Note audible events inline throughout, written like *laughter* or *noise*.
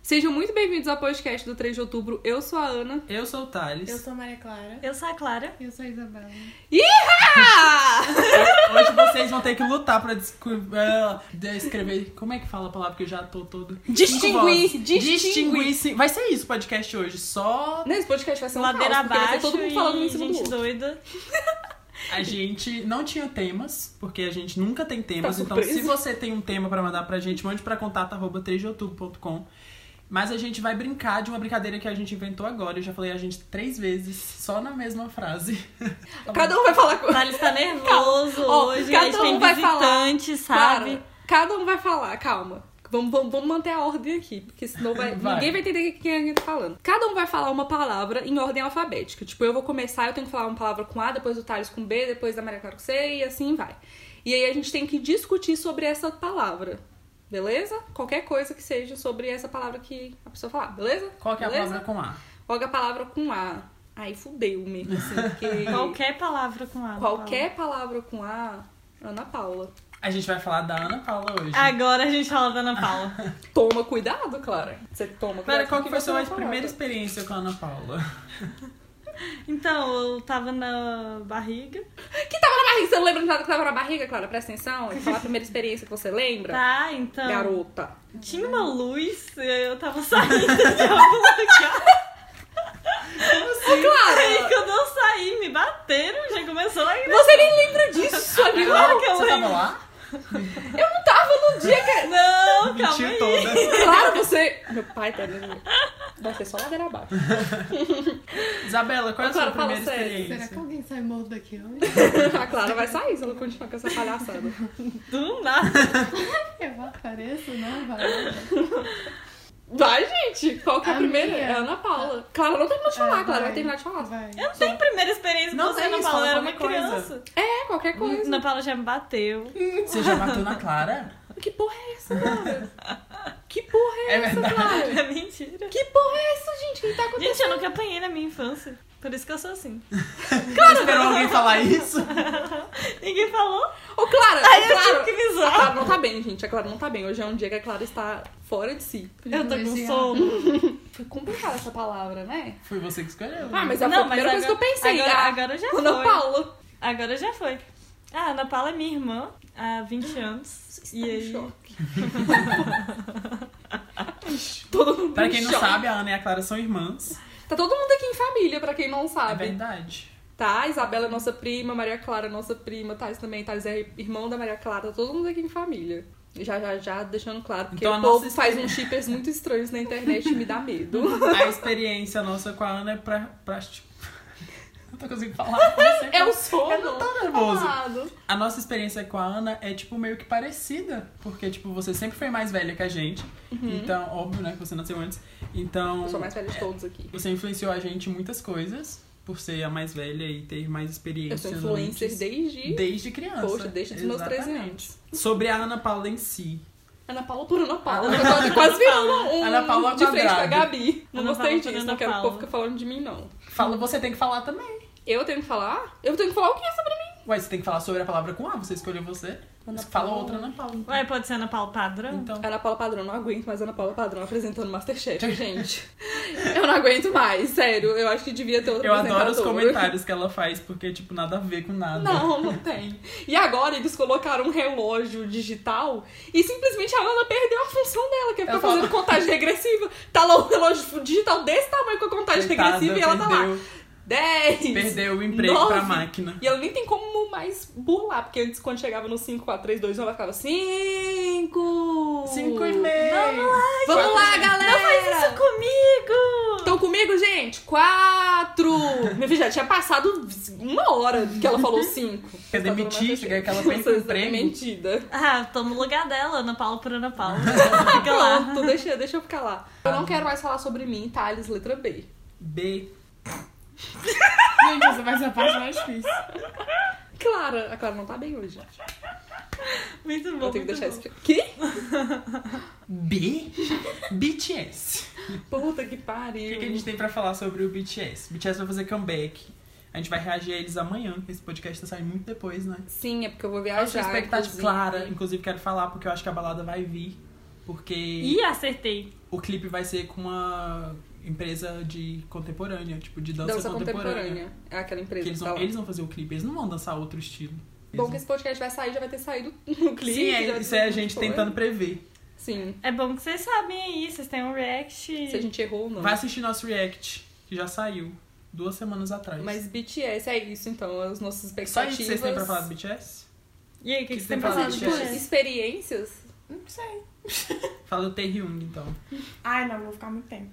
Sejam muito bem-vindos ao podcast do 3 de outubro. Eu sou a Ana. Eu sou o Thales. Eu sou a Maria Clara. Eu sou a Clara. Eu sou a Isabela. Ah! Hoje vocês vão ter que lutar pra descu- eh, descrever. Como é que fala a palavra? Porque eu já tô todo. Distinguir, Cinco vozes. distinguir. distinguir. sim. Vai ser isso o podcast hoje. Só Nesse podcast vai ser um Ladeira caos, porque vai ser abaixo. todo mundo falando um e em cima do gente outro. doida. *laughs* a gente não tinha temas, porque a gente nunca tem temas. Tá então, surpresa. se você tem um tema pra mandar pra gente, mande pra contato arroba 3deoutubro.com. Mas a gente vai brincar de uma brincadeira que a gente inventou agora. Eu já falei a gente três vezes, só na mesma frase. *laughs* Cada um vai falar O com... Thales tá nervoso Ó, hoje. cada a gente tem um vai visitante, sabe? Para. Cada um vai falar, calma. Vamos, vamos, vamos manter a ordem aqui, porque senão vai- Vai. ninguém vai entender quem a gente tá falando. Cada um vai falar uma palavra em ordem alfabética. Tipo, eu vou começar, eu tenho que falar uma palavra com A, depois o Thales com B, depois da Maria Clara com C e assim vai. E aí a gente tem que discutir sobre essa palavra. Beleza? Qualquer coisa que seja sobre essa palavra que a pessoa falar, beleza? Qual que é a beleza? palavra com A? Logo a palavra com A. Aí fudeu mesmo, assim, *laughs* porque Qualquer palavra com A. qualquer palavra com A, Ana Paula. A gente vai falar da Ana Paula hoje. Paula. Agora a gente fala da *laughs* Ana Paula. Toma cuidado, Clara. Você toma cuidado. Clara, qual com que o foi a sua você vai primeira falar. experiência com a Ana Paula? então, eu tava na barriga. Que tava na barriga? Você não lembra de nada que tava na barriga, Clara? Presta atenção. E fala a primeira experiência que você lembra. Ah, Tá, então. Garota. né? Tinha uma luz, eu tava saindo *laughs* de algum lugar. assim? Aí Clara! quando eu saí, me bateram, já começou a gritar. Você nem lembra disso, animal. Claro que eu Você tava lembro. lá? Eu não tava no dia que... *laughs* Não, calma Mentira aí. né? toda. Claro, você... Meu pai tá dentro. Vai ser só ladeira abaixo. *laughs* *laughs* Isabela, qual é a sua Agora fala primeira sério. Será que experiência? alguém sai morto daqui *laughs* hoje? A Clara vai sair se ela continuar com essa palhaçada. Do nada. Eu apareço, não vai. Vai, gente. Qual que é a, A primeira? minha. É a Ana Paula. Clara, não terminou de falar. Clara, É, vai vai. terminar de falar. Vai. Eu não tenho primeira experiência Não com você, tem Ana isso, Paula. fala Eu era uma qualquer coisa. criança. É, qualquer coisa. Ana Paula já me bateu. Você *laughs* já bateu na Clara? Que porra é essa, *laughs* Clara? que porra é, É essa, verdade. Clara? É mentira. Que porra é essa, gente? O que tá acontecendo? Gente, eu nunca apanhei na minha infância. Por isso que eu sou assim. Claro! Esperou alguém falar isso? Ninguém falou. Ô, Clara, ô, Aí eu Clara. tive que A visar. Clara não tá bem, gente. A Clara não tá bem. Hoje é um dia que a Clara está fora de si. Eu tô com Privilegiada. sono. Foi complicada essa palavra, né? Foi você que escolheu. Ah, mas é a Não, primeira coisa mas que eu agora- pensei. agora- Ah, agora já Ana foi. Paula. Agora já foi. A Ana Paula é minha irmã há 20 anos. Está E em aí... choque. *laughs* Todo mundo Pra em quem não choque. sabe, a Ana e a Clara são irmãs. Tá todo mundo aqui em família, pra quem não É sabe. verdade. Tá, a Isabela é nossa prima, Maria Clara é nossa prima, Thais também, Thais é irmão da Maria Clara, tá todo mundo aqui em família. Já, já, já, deixando claro, porque Então a o povo nossa faz uns shippers muito estranhos na internet e me dá medo. A experiência nossa com a Ana é pra... pra... *laughs* Não tô conseguindo falar. *laughs* Não sei É o como- sono. *laughs* Eu não tô nervoso. Amado. A nossa experiência com a Ana é, tipo, meio que parecida. Porque, tipo, você sempre foi mais velha que a gente. Então, óbvio, né? Que você nasceu antes. Então... Uhum. Eu sou a mais velha de todos aqui. Você influenciou a gente em muitas coisas, por ser a mais velha e ter mais experiência. Eu sou influencer antes, desde... desde criança. Poxa, desde os meus 13 Exatamente. anos. Sobre a Ana Paula em si. Ana Paula por Ana Paula. Ana Eu quase- quase virou um Ana Paula de frente pra quadrado. Gabi. Não Ana gostei Paula por disso, Ana não quero que o Paula. povo fique falando de mim, não. Fala, você tem que falar também. Eu tenho que falar? Eu tenho que falar o que sobre mim? Ué, você tem que falar sobre a palavra com A, você escolheu você. Ana Fala Paula. outra né? Ana Paula. Ué, pode ser Ana Paula padrão? Então, Ana Paula Padrão, não aguento mais Ana Paula Padrão apresentando Masterchef, *laughs* gente. Eu não aguento mais, sério. Eu acho que devia ter outra eu adoro os apresentadora. comentários que ela faz, porque, tipo, nada a ver com nada. *laughs* Não, não tem. E agora eles colocaram um relógio digital e simplesmente a Ana perdeu a função dela, que é ficar Ela fala- fazendo contagem regressiva. Tá lá um relógio digital desse tamanho com a contagem Coitada, regressiva e ela tá lá. perdeu, 10. Perdeu o emprego nove. pra máquina. E ela nem tem como mais burlar, porque antes quando chegava no 5, 4, 3, 2, 1, ela ficava 5. Cinco e meio. Vamos lá, galera! Não faz isso comigo! Estão comigo, gente? Quatro! Meu filho, já tinha passado uma hora que ela falou cinco. Tá Quer demitir, chegar aquela coisa Vocês com estão emprego. mentida. Ah, tô no lugar dela, Ana Paula por Ana *laughs* Paula. Tá Fica lá. Pronto, deixa, deixa eu ficar lá. Eu Ah. não quero mais falar sobre mim, Thales, letra B. B. Gente, essa vai ser a parte mais difícil. Clara, a Clara não tá bem hoje. Muito bom. Eu tenho que muito deixar bom. isso. Que? B? BTS. Puta que O pariu. que, que a gente tem pra falar sobre o BTS? O BTS vai fazer comeback. A gente vai reagir a eles amanhã, porque esse podcast tá saindo muito depois, né? Sim, é porque eu vou A viajar. sua expectativa, inclusive. Clara, inclusive quero falar, porque eu acho que a balada vai vir. Porque. Ih, acertei. o clipe vai ser com uma empresa de contemporânea, tipo, de dança, Dança contemporânea. contemporânea. É aquela Que empresa eles, que vão, tá lá. eles vão fazer o clipe, eles não vão dançar outro estilo. Bom que Eles esse podcast vai sair, já vai ter saído *laughs* no não- clipe. Sim, já né? vai é, ter isso é a saído gente tudo. tentando prever. Sim. É bom que vocês sabem aí, vocês têm um react. Se a gente errou ou não. Vai assistir nosso react, que já saiu duas semanas atrás. Mas BTS é isso, então, as nossas Só expectativas. isso que vocês têm pra falar do BTS? E aí, o que que, que você tem tem pra Assim, falar pra do tipo, falar? BTS? experiências. Não sei. Fala do Taehyung, então. Ai, não, vou ficar muito tempo.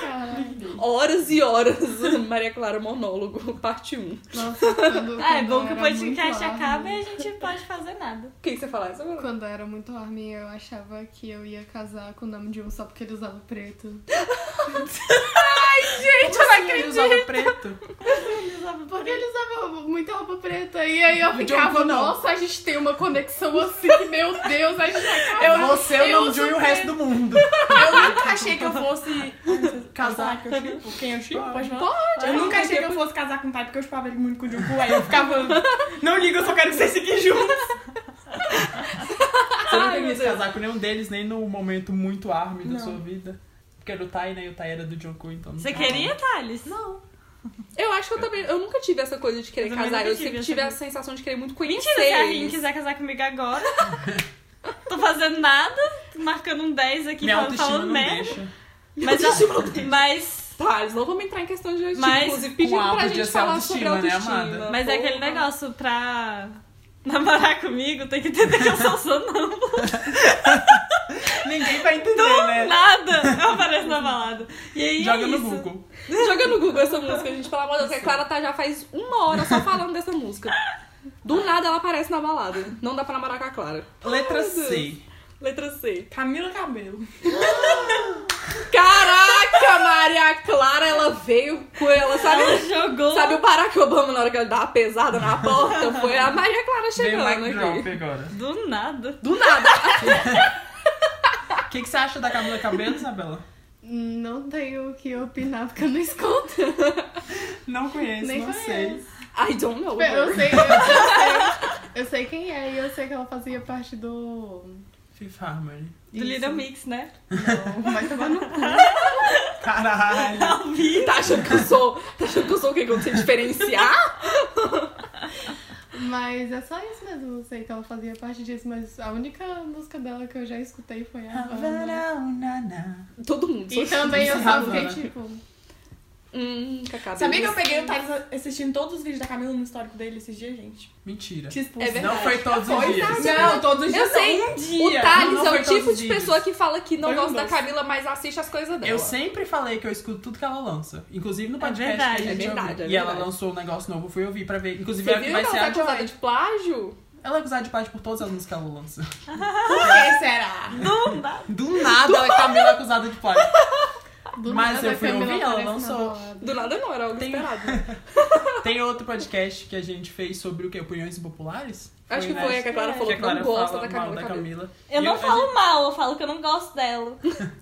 Caralho. Horas e horas. *laughs* Maria Clara Monólogo, parte 1. Nossa, quando, Ah, é quando bom que o eu era podcast muito acaba e army- a gente pode fazer nada. *laughs* O que você falar? Essa é Quando eu era muito army, eu achava que eu ia casar com o nome de um só porque ele usava preto. Gente, eu não acredito! assim Usava preto. Porque ele usava roupa- muita roupa preta. E aí eu John ficava, Connor. nossa, a gente tem uma conexão assim, que, meu Deus, a gente vai casar. Eu, É você, eu não Jun e o resto do mundo. Eu nunca achei que eu fosse casar com quem eu chupo. Pode falar? Pode. Eu nunca achei que eu fosse casar com o pai, porque eu chupava ele muito com o Junko. Aí eu *laughs* ficava, não liga, eu só quero que vocês fiquem juntos. Você nunca quis casar com nenhum deles, nem no momento muito arme da Não. sua vida. Porque era o Tai, né? E o Tai era do Jungkook, então... não Você tinha queria, Thales? Não. Eu acho que eu também. Eu nunca tive essa coisa de querer Eu também casar. nunca Eu tive sempre essa tive a coisa. sensação de querer muito Mentira, conhecer. se a é Rin eles. quiser casar comigo agora. *laughs* Tô fazendo nada, tô marcando um 10 aqui, Minha falando, autoestima falando não merda. deixa. Mas, mas, Tá, eles não vão entrar em questão de autoestima. Mas Inclusive, pedindo com A pra podia gente ser falar sobre autoestima, né, autoestima. amada? mas é aquele Porra. negócio, pra namorar comigo tem que entender que eu sou sonâmbula. Ninguém vai entender, Do né? nada eu apareço na balada. E aí Joga é no isso. Google. *laughs* Joga no Google essa música, gente. Pelo amor de Deus, que a Clara tá já faz uma hora só falando dessa música. Do nada ela aparece na balada. Não dá pra namorar com a Clara. Letra Ai, meu C. Letra C. Camila Cabelo. *laughs* Caraca, Maria Clara, ela veio com ela, Ela sabe? *laughs* jogou. Sabe o Barack Obama na hora que ele dá uma pesada na porta? Foi a Maria Clara Veio chegando o mic drop aqui. agora. Do nada. Do nada. O que, que você acha da Camila Cabelo, Isabela? Não tenho o que opinar porque eu não escuto. Não conheço, Nem não conheço. sei. I don't know. her. Eu sei, eu, eu sei. Eu sei quem é e eu sei que ela fazia parte do. Fifth Harmony. Do Little Mix, né? Não, mas tava no cu. Caralho. *laughs* Tá achando que eu sou. Tá achando que eu sou o quê? Que eu não sei diferenciar? Mas é só isso mesmo. Eu sei que ela fazia parte disso, mas a única música dela que eu já escutei foi a Havana. Todo mundo. E Então- sou- também eu só fiquei Havana. tipo. Hum, cacá. Sabia que eu beleza. peguei o Thales assistindo todos os vídeos da Camila no histórico dele esses dias, gente? Mentira. Te expulso. É verdade. Não foi todos os Foi, dias. Não, todos os dias Eu sei. não. Um O dia. Thales é Não é foi o todos tipo os de dias. pessoa que fala que não Foi um gosta da dos. Camila, mas assiste as coisas dela. Eu sempre falei que eu escuto tudo que ela lança. Inclusive no podcast. verdade, que a é gente verdade, ouviu. é e ela verdade. lançou um negócio novo, fui ouvir pra ver. Inclusive, Você ela que viu vai que ser ela a tá acusada Joy. de plágio? Ela é acusada de parte por todas as músicas que *laughs* ela lança. Por que será? Do nada. Do nada ela é tá Camila acusada de plágio. Do Mas nada eu a fui Camila ouvir, ela aparece na lançou. balada. Do nada não, era algo Tem- esperado. *laughs* Tem outro podcast que a gente fez sobre o que? Opiniões populares? Acho que né? foi a que a Clara falou Que que, a Clara não gosta fala da Camila. mal da Cabello. Camila. Eu E não a falo mal, eu falo que eu não gosto dela.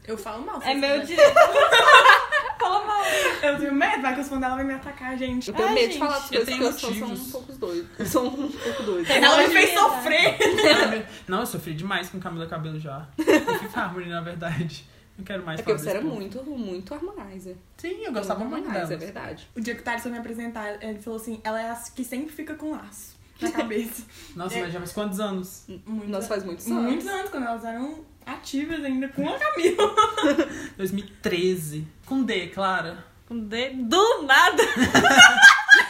Eu falo mal. É vocês meu sabem. direito. *laughs* Fala mal. Eu tenho medo, vai que os fãs dela vão me atacar, gente. Eu tenho Ai, medo de gente, falar as eu coisas tenho porque eu sou, sou motivos. um pouco *laughs* doido. Sou um pouco doido. Ela me fez Verdade. sofrer. Camila- Não, eu sofri demais com Camila Cabelo já. Com Fifth Harmony, na verdade. Não quero mais É porque falar você era desse povo. muito, muito harmonizer. Sim, eu gostava muito harmonizer, dela. é verdade. O dia que o Thales foi me apresentar, ele falou assim: ela é a que sempre fica com laço na cabeça. Nossa, mas já faz quantos anos? Muitos Nós an- faz muitos anos. *laughs* Muitos anos, quando elas eram ativas ainda, com a Camila. 2013. Com D, Clara. Com D, do nada.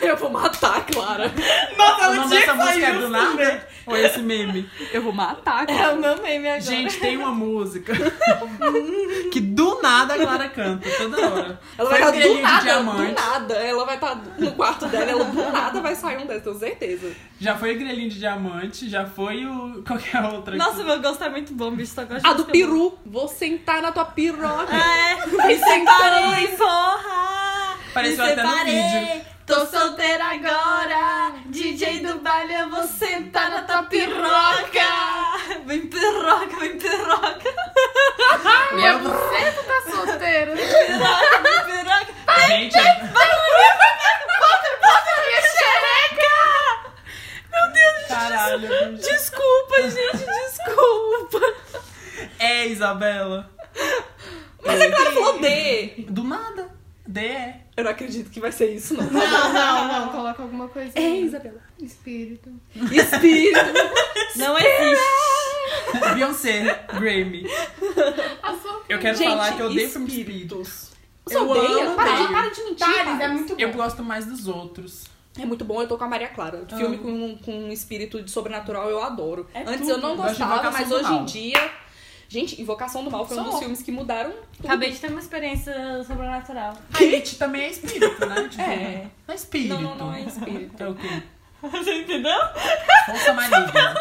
Eu vou matar a Clara. Nossa, o ela nome tinha dessa que música fazer é do assim, isso né? nada? Ou esse *laughs* meme? Eu vou matar a Clara. É o meu meme agora. Gente, tem uma música *laughs* que do nada a Clara canta, toda hora. Ela vai Foi estar Grelhinho do de nada, do diamante. nada. Ela vai estar no quarto dela, ela do nada vai sair um desses, tenho certeza. Já foi o Grelhinho de Diamante, já foi o. qualquer outra. Nossa, meu gosto é muito bom, bicho. Só gosto A de do música peru. Vou sentar na tua Ah, piroca. boa. É. Me Parei, sentarei. porra! Pareceu Me até no separei, vídeo. Tô solteira agora! DJ do baile, eu vou sentar na tua piroca! Vem piroca, vem piroca! Meu, você que tá solteira. Piroca, vem piroca! Gente, é- Xereca! Meu Deus, caralho. desculpa, gente, desculpa! É, Isabela. cara falou D. Do nada. D. é. Eu não acredito que vai ser isso, não. Não, não, não. Coloca alguma coisa. É, aí. Isabela. Espírito. Espírito. Não existe. Beyoncé, Grammy. A sua Eu quero Gente, falar que eu odeio filme de espírito. espíritos. Você Eu odeia? amo Para, odeio. para de mentir. Tá, Thales é Thales. muito Eu bom. gosto mais dos outros. É muito bom, eu tô com a Maria Clara. Amo. Filme com, com um espírito de sobrenatural eu adoro. É Antes tudo. eu não Eu gosto de gostava, Invocação mas do hoje Mal. em dia. Gente, Invocação do Mal foi um dos Sou. filmes que mudaram tudo. Acabei de ter uma experiência sobrenatural. *laughs* Kate também é espírito, né? Tipo, É. Não é espírito. Não, não, não é espírito. É o quê? Você entendeu? Força *laughs* maligna.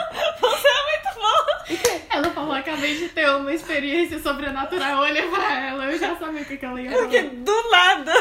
Ela falou, acabei de ter uma experiência sobrenatural. Olha pra ela, eu já sabia o que, que ela ia falar. Porque do nada.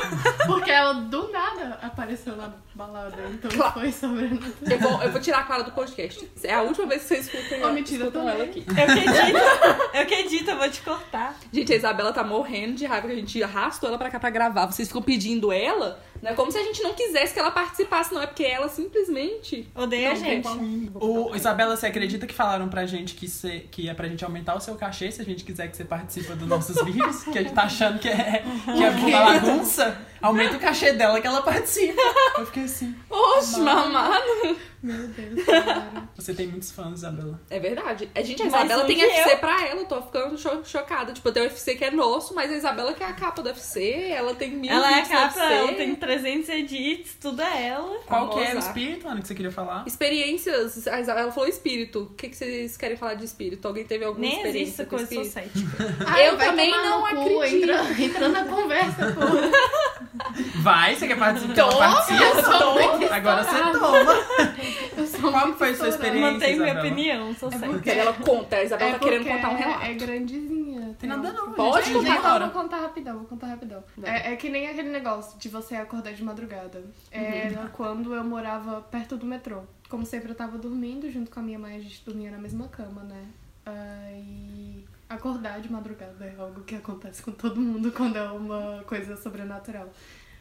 Porque ela do nada apareceu na balada, então Claro. foi sobrenatural. Eu vou, eu vou tirar a Clara do podcast. É a última vez que vocês escutam, Ô, mentira, escutam também. ela aqui. Eu que edito. Eu que edito, eu vou te cortar. Gente, a Isabela tá morrendo de raiva que a gente arrastou ela pra cá pra gravar. Vocês ficam pedindo ela, né? Como se a gente não quisesse que ela participasse, não. É porque ela simplesmente. Odeia a Não tem gente. como. Ô, Isabela, você acredita que falaram pra gente que, cê- que é pra gente aumentar o seu cachê se a gente quiser que você participe dos nossos vídeos? Que a gente tá achando que é, que é uma bagunça. Aumenta o cachê dela que ela participa. Eu fiquei assim. Oxe, mamado! Meu Deus, cara. Você tem muitos fãs, Isabela. É verdade. A gente, a Mais Isabela um tem que UFC pra ela, eu tô ficando cho- chocada. Tipo, tem o UFC que é nosso, mas a Isabela que é a capa do UFC, ela tem mil Ela é a vídeos no capa, UFC. ela tem 300 edits, tudo é ela. Qual que era o Famosa. espírito, Ana, que você queria falar? Experiências, a Isabela falou espírito. O que, que vocês querem falar de espírito? Alguém teve alguma Nem existe experiência essa com coisa, sou espírito? cética. Ai, Eu vai também tomar não no cu, acredito. Entra, entra na conversa, pô. Vai, você quer participar? Ela participa. Agora você toma. Eu sou Qual muito foi a sua estourada. experiência? Mantenho minha Isabela. opinião, É sou cética. Porque ela conta, a Isabela É tá querendo porque contar um relato. É grandezinha. Tem nada não, Pode gente. contar, Não, Ignora. vou contar rapidão, vou contar rapidão. Vai. É, é que nem aquele negócio de você acordar de madrugada. Uhum. Era quando eu morava perto do metrô. Como sempre, eu tava dormindo junto com a minha mãe, a gente dormia na mesma cama, né? Aí. Acordar de madrugada é algo que acontece com todo mundo *laughs* quando é uma coisa sobrenatural.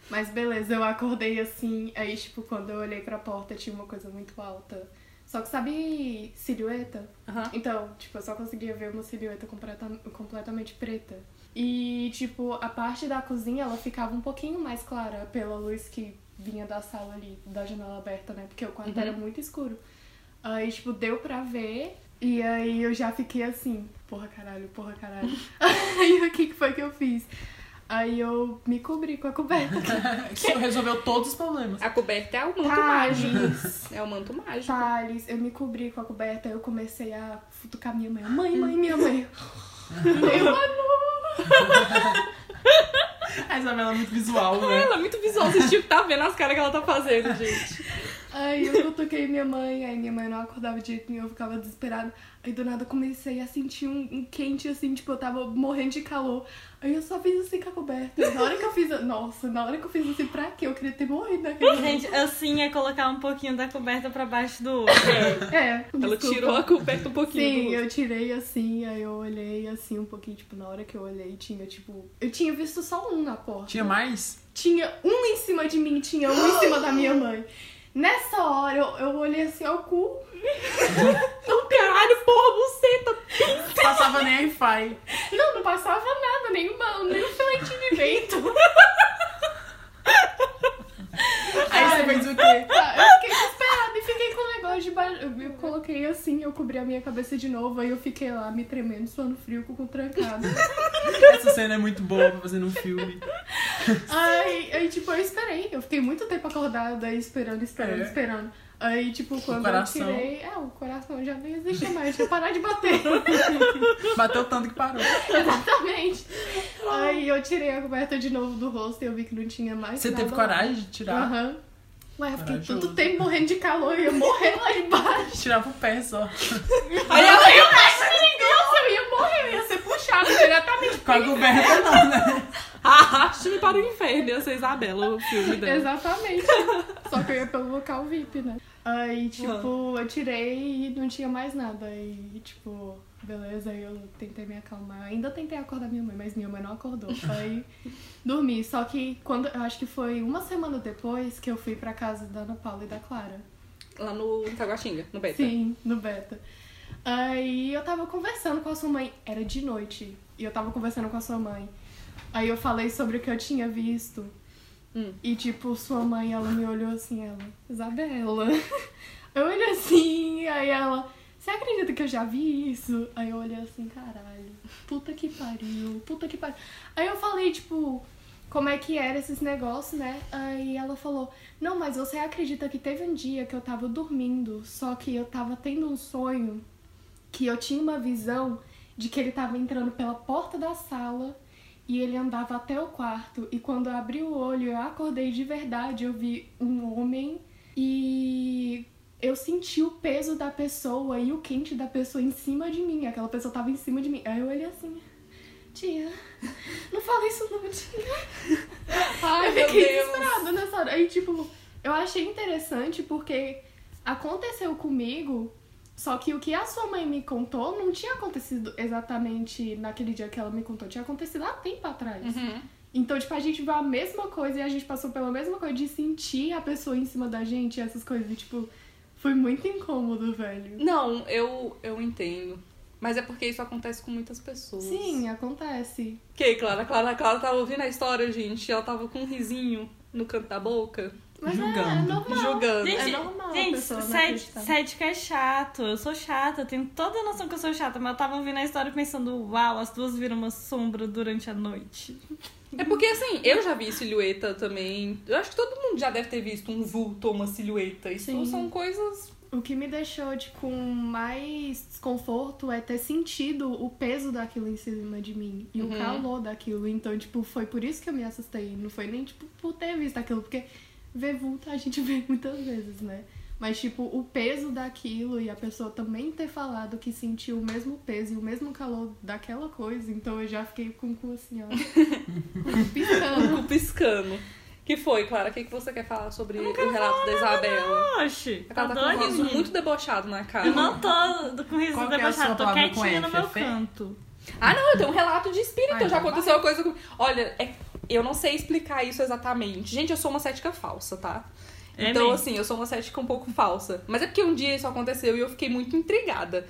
Mas beleza, eu acordei assim, aí tipo, quando eu olhei pra porta tinha uma coisa muito alta. Só que sabe silhueta? Aham. Então, tipo, eu só conseguia ver uma silhueta completa- completamente preta. E, tipo, a parte da cozinha, ela ficava um pouquinho mais clara pela luz que vinha da sala ali, da janela aberta, né? Porque o quarto era muito escuro. Aí, tipo, deu pra ver. E aí eu já fiquei assim, porra caralho, porra caralho. aí o que que foi que eu fiz? Aí eu me cobri com a coberta. *laughs* Isso resolveu todos os problemas. A coberta é o Tá. manto mágico. Thales, É o manto mágico. Thales, eu me cobri com a coberta, eu comecei a futucar minha mãe. Mãe, mãe, minha mãe. Meu A Isabela é muito visual, né? Ela é muito visual, vocês tinham que tá vendo as caras que ela tá fazendo, gente. Aí eu cutuquei minha mãe, aí minha mãe não acordava de jeito nenhum, eu ficava desesperada. Aí do nada eu comecei a sentir um, um quente, assim, tipo, eu tava morrendo de calor. Aí eu só fiz assim com a coberta. Na hora que eu fiz. a- Nossa, na hora que eu fiz assim, pra quê? Eu queria ter morrido naquele momento. Gente, assim é colocar um pouquinho da coberta pra *laughs* baixo do outro. É. Ela desculpa. tirou a coberta um pouquinho do Sim, rosto. eu tirei assim, aí eu olhei assim um pouquinho, tipo, na hora que eu olhei, tinha, tipo. Eu tinha visto só um na porta. Tinha mais? Tinha um em cima de mim, tinha um em cima da minha mãe. Nessa hora eu, eu olhei assim ao cu. Não, caralho, porra, buceta. tá Passava nem Wi-Fi. *laughs* Não, não passava nada, nem, uma, nem um filetinho de vento. Aí você fez o quê? Eu fiquei desesperada e fiquei com o negócio de ba... eu, eu coloquei assim, eu cobri a minha cabeça de novo, aí eu fiquei lá me tremendo, suando frio, com o cu trancado. Essa cena é muito boa pra fazer num filme. Aí, aí, tipo, eu esperei. Eu fiquei muito tempo acordada aí esperando, esperando, É. esperando. Aí, tipo, quando eu coração. tirei. É, o coração já nem existe mais, tinha parar *laughs* de bater. Bateu tanto que parou. Exatamente. Aí eu tirei a coberta de novo do rosto e eu vi que não tinha mais. Você nada teve lá. coragem de tirar? Aham. Ué, eu fiquei Corajoso. tanto tempo morrendo de calor e eu ia morrer lá embaixo. Tirava o pé só. Aí ela um Nossa, eu ia morrer, eu ia ser puxada diretamente. Com a coberta não, né? *laughs* Arraste-me para o inferno, essa Isabela, o filme dela. Exatamente. Só que eu ia pelo local VIP, né? Aí, tipo, eu tirei e não tinha mais nada. Aí, tipo, beleza, aí eu tentei me acalmar. Ainda tentei acordar minha mãe, mas minha mãe não acordou. Aí dormi. Só que quando. Eu acho que foi uma semana depois que eu fui pra casa da Ana Paula e da Clara. Lá no Itaguaxinga, no Beta. Sim, no beta. Aí eu tava conversando com a sua mãe, era de noite. E eu tava conversando com a sua mãe. Aí eu falei sobre o que eu tinha visto. Hum. E tipo, sua mãe, ela me olhou assim, ela, Isabela. *laughs* Eu olhei assim, aí ela, você acredita que eu já vi isso? Aí eu olhei assim, caralho, puta que pariu, puta que pariu. Aí eu falei, tipo, como é que era esses negócios, né? Aí ela falou, não, mas você acredita que teve um dia que eu tava dormindo, só que eu tava tendo um sonho que eu tinha uma visão de que ele tava entrando pela porta da sala e ele andava até o quarto. E quando eu abri o olho, eu acordei de verdade, eu vi um homem e eu senti o peso da pessoa e o quente da pessoa em cima de mim. Aquela pessoa tava em cima de mim. Aí eu olhei assim. Tia, não fala isso não, tia. Ai, eu meu fiquei Deus. desesperada nessa hora. Aí, tipo, eu achei interessante porque aconteceu comigo, só que o que a sua mãe me contou não tinha acontecido exatamente naquele dia que ela me contou. Tinha acontecido há tempo atrás. Uhum. Então, tipo, a gente viu a mesma coisa e a gente passou pela mesma coisa de sentir a pessoa em cima da gente e essas coisas. E, tipo, foi muito incômodo, velho. Não, eu, eu entendo. Mas é porque isso acontece com muitas pessoas. Sim, acontece. Que, Clara? Clara, Clara tava ouvindo a história, gente. Ela tava com um risinho no canto da boca, Mas é, é Julgando. normal. julgando. Gente, É normal a gente pessoa não céti- acreditar. cética é chato. Eu sou chata, eu tenho toda a noção que eu sou chata, mas eu tava ouvindo a história pensando, uau, as duas viram uma sombra durante a noite. É porque assim, eu já vi silhueta também. Eu acho que todo mundo já deve ter visto um vulto ou uma silhueta. Isso Sim. são coisas. O que me deixou de, com mais desconforto é ter sentido o peso daquilo em cima de mim e Uhum. o calor daquilo. Então, tipo, foi por isso que eu me assustei. Não foi nem, tipo, por ter visto aquilo, porque ver vulto a gente *laughs* vê muitas vezes, né? Mas, tipo, o peso daquilo e a pessoa também ter falado que sentiu o mesmo peso e o mesmo calor daquela coisa. Então, eu já fiquei com o cu assim, ó, *laughs* piscando. Fico piscando. Que foi, Clara? O que, que você quer falar sobre o relato da Isabela? Oxi, tá Ela tá com um doido, riso menino? muito debochado na cara. Eu não tô com riso Qual que é a debochado, sua tô palavra com é F, quietinha no meu Fê? canto. Ah, não, eu tenho um relato de espírito. Ah, então já aconteceu uma coisa comigo. Olha, é- eu não sei explicar isso exatamente. Gente, eu sou uma cética falsa, tá? É então, mesmo. assim, eu sou uma cética um pouco falsa. Mas é porque um dia isso aconteceu e eu fiquei muito intrigada.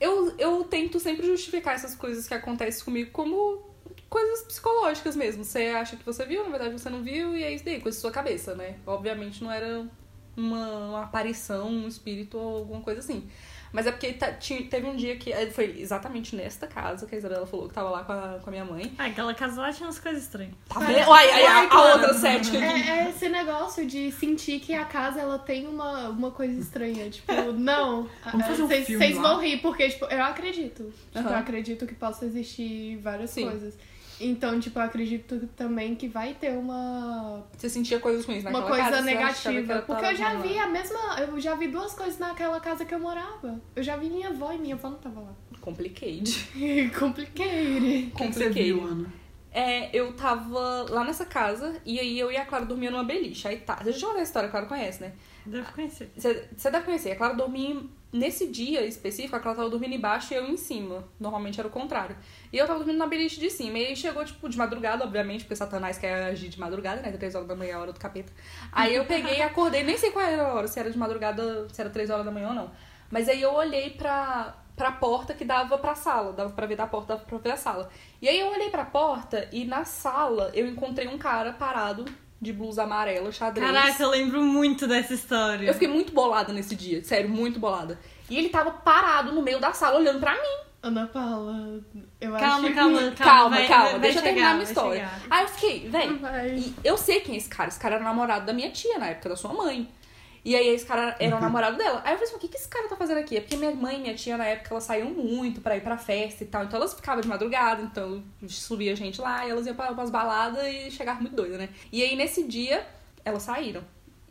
Eu, eu tento sempre justificar essas coisas que acontecem comigo como coisas psicológicas mesmo. Você acha que você viu, na verdade você não viu, e é isso daí, coisa da sua cabeça, né? Obviamente não era uma, uma aparição, um espírito ou alguma coisa assim. Mas é porque ta- ti- teve um dia que. eh, Foi exatamente nesta casa que a Isabela falou que tava lá com a, com a minha mãe. Ah, aquela casa lá tinha umas coisas estranhas. Tá vendo? Ai, ai, Ai, ai, a Clara. outra cética aqui. É, é esse negócio de sentir que a casa ela tem uma, uma coisa estranha. Tipo, não. Vamos fazer um vocês- filme vocês lá? vão rir, porque, tipo, eu acredito. Tipo, Aham. eu acredito que possa existir várias Sim. coisas. Então, tipo, eu acredito também que vai ter uma, Você sentia coisas ruins naquela uma coisa casa? você achava que negativa. ela Porque tava eu já com vi ela. a mesma. Eu já vi duas coisas naquela casa que eu morava. Eu já vi minha avó e minha avó não tava lá. *laughs* Complicated. Compliquei. né? O que que você viu, Complicated. Ana? É, eu tava lá nessa casa e aí eu e a Clara dormia numa beliche. Aí tá. Deixa eu te contar a história, a Clara conhece, né? Deve conhecer. Você você deve conhecer. A Clara dormia. Nesse dia específico, a Clara tava dormindo embaixo e eu em cima. Normalmente era o contrário. E eu tava dormindo na beliche de cima. E aí chegou, tipo, de madrugada, obviamente, porque Satanás quer agir de madrugada, né? Três horas da manhã é a hora do capeta. Aí eu peguei e acordei, nem sei qual era a hora, se era de madrugada, se era três horas da manhã ou não. Mas aí eu olhei pra, pra porta que dava pra sala, dava pra ver da porta, dava pra ver a sala. E aí eu olhei pra porta e na sala eu encontrei um cara parado, de blusa amarela, xadrez. Caraca, eu lembro muito dessa história. Eu fiquei muito bolada nesse dia, sério, muito bolada. E ele tava parado no meio da sala olhando pra mim. Ana Paula, eu Calma, acho calma, calma. Calma, calma, vai- vai- vai deixa eu terminar chegar, minha vai história. chegar. Uhum. Aí eu fiquei, que. velho, Vai. eu sei quem é esse cara. Esse cara era o namorado da minha tia na época da sua mãe. E aí esse cara era o namorado dela. Aí eu falei assim, o que, que esse cara tá fazendo aqui? É porque minha mãe e minha tia na época elas saíam muito pra ir pra festa e tal. Então elas ficavam de madrugada, então subia gente lá e elas iam pra umas baladas e chegavam muito doida, né? E aí nesse dia elas saíram.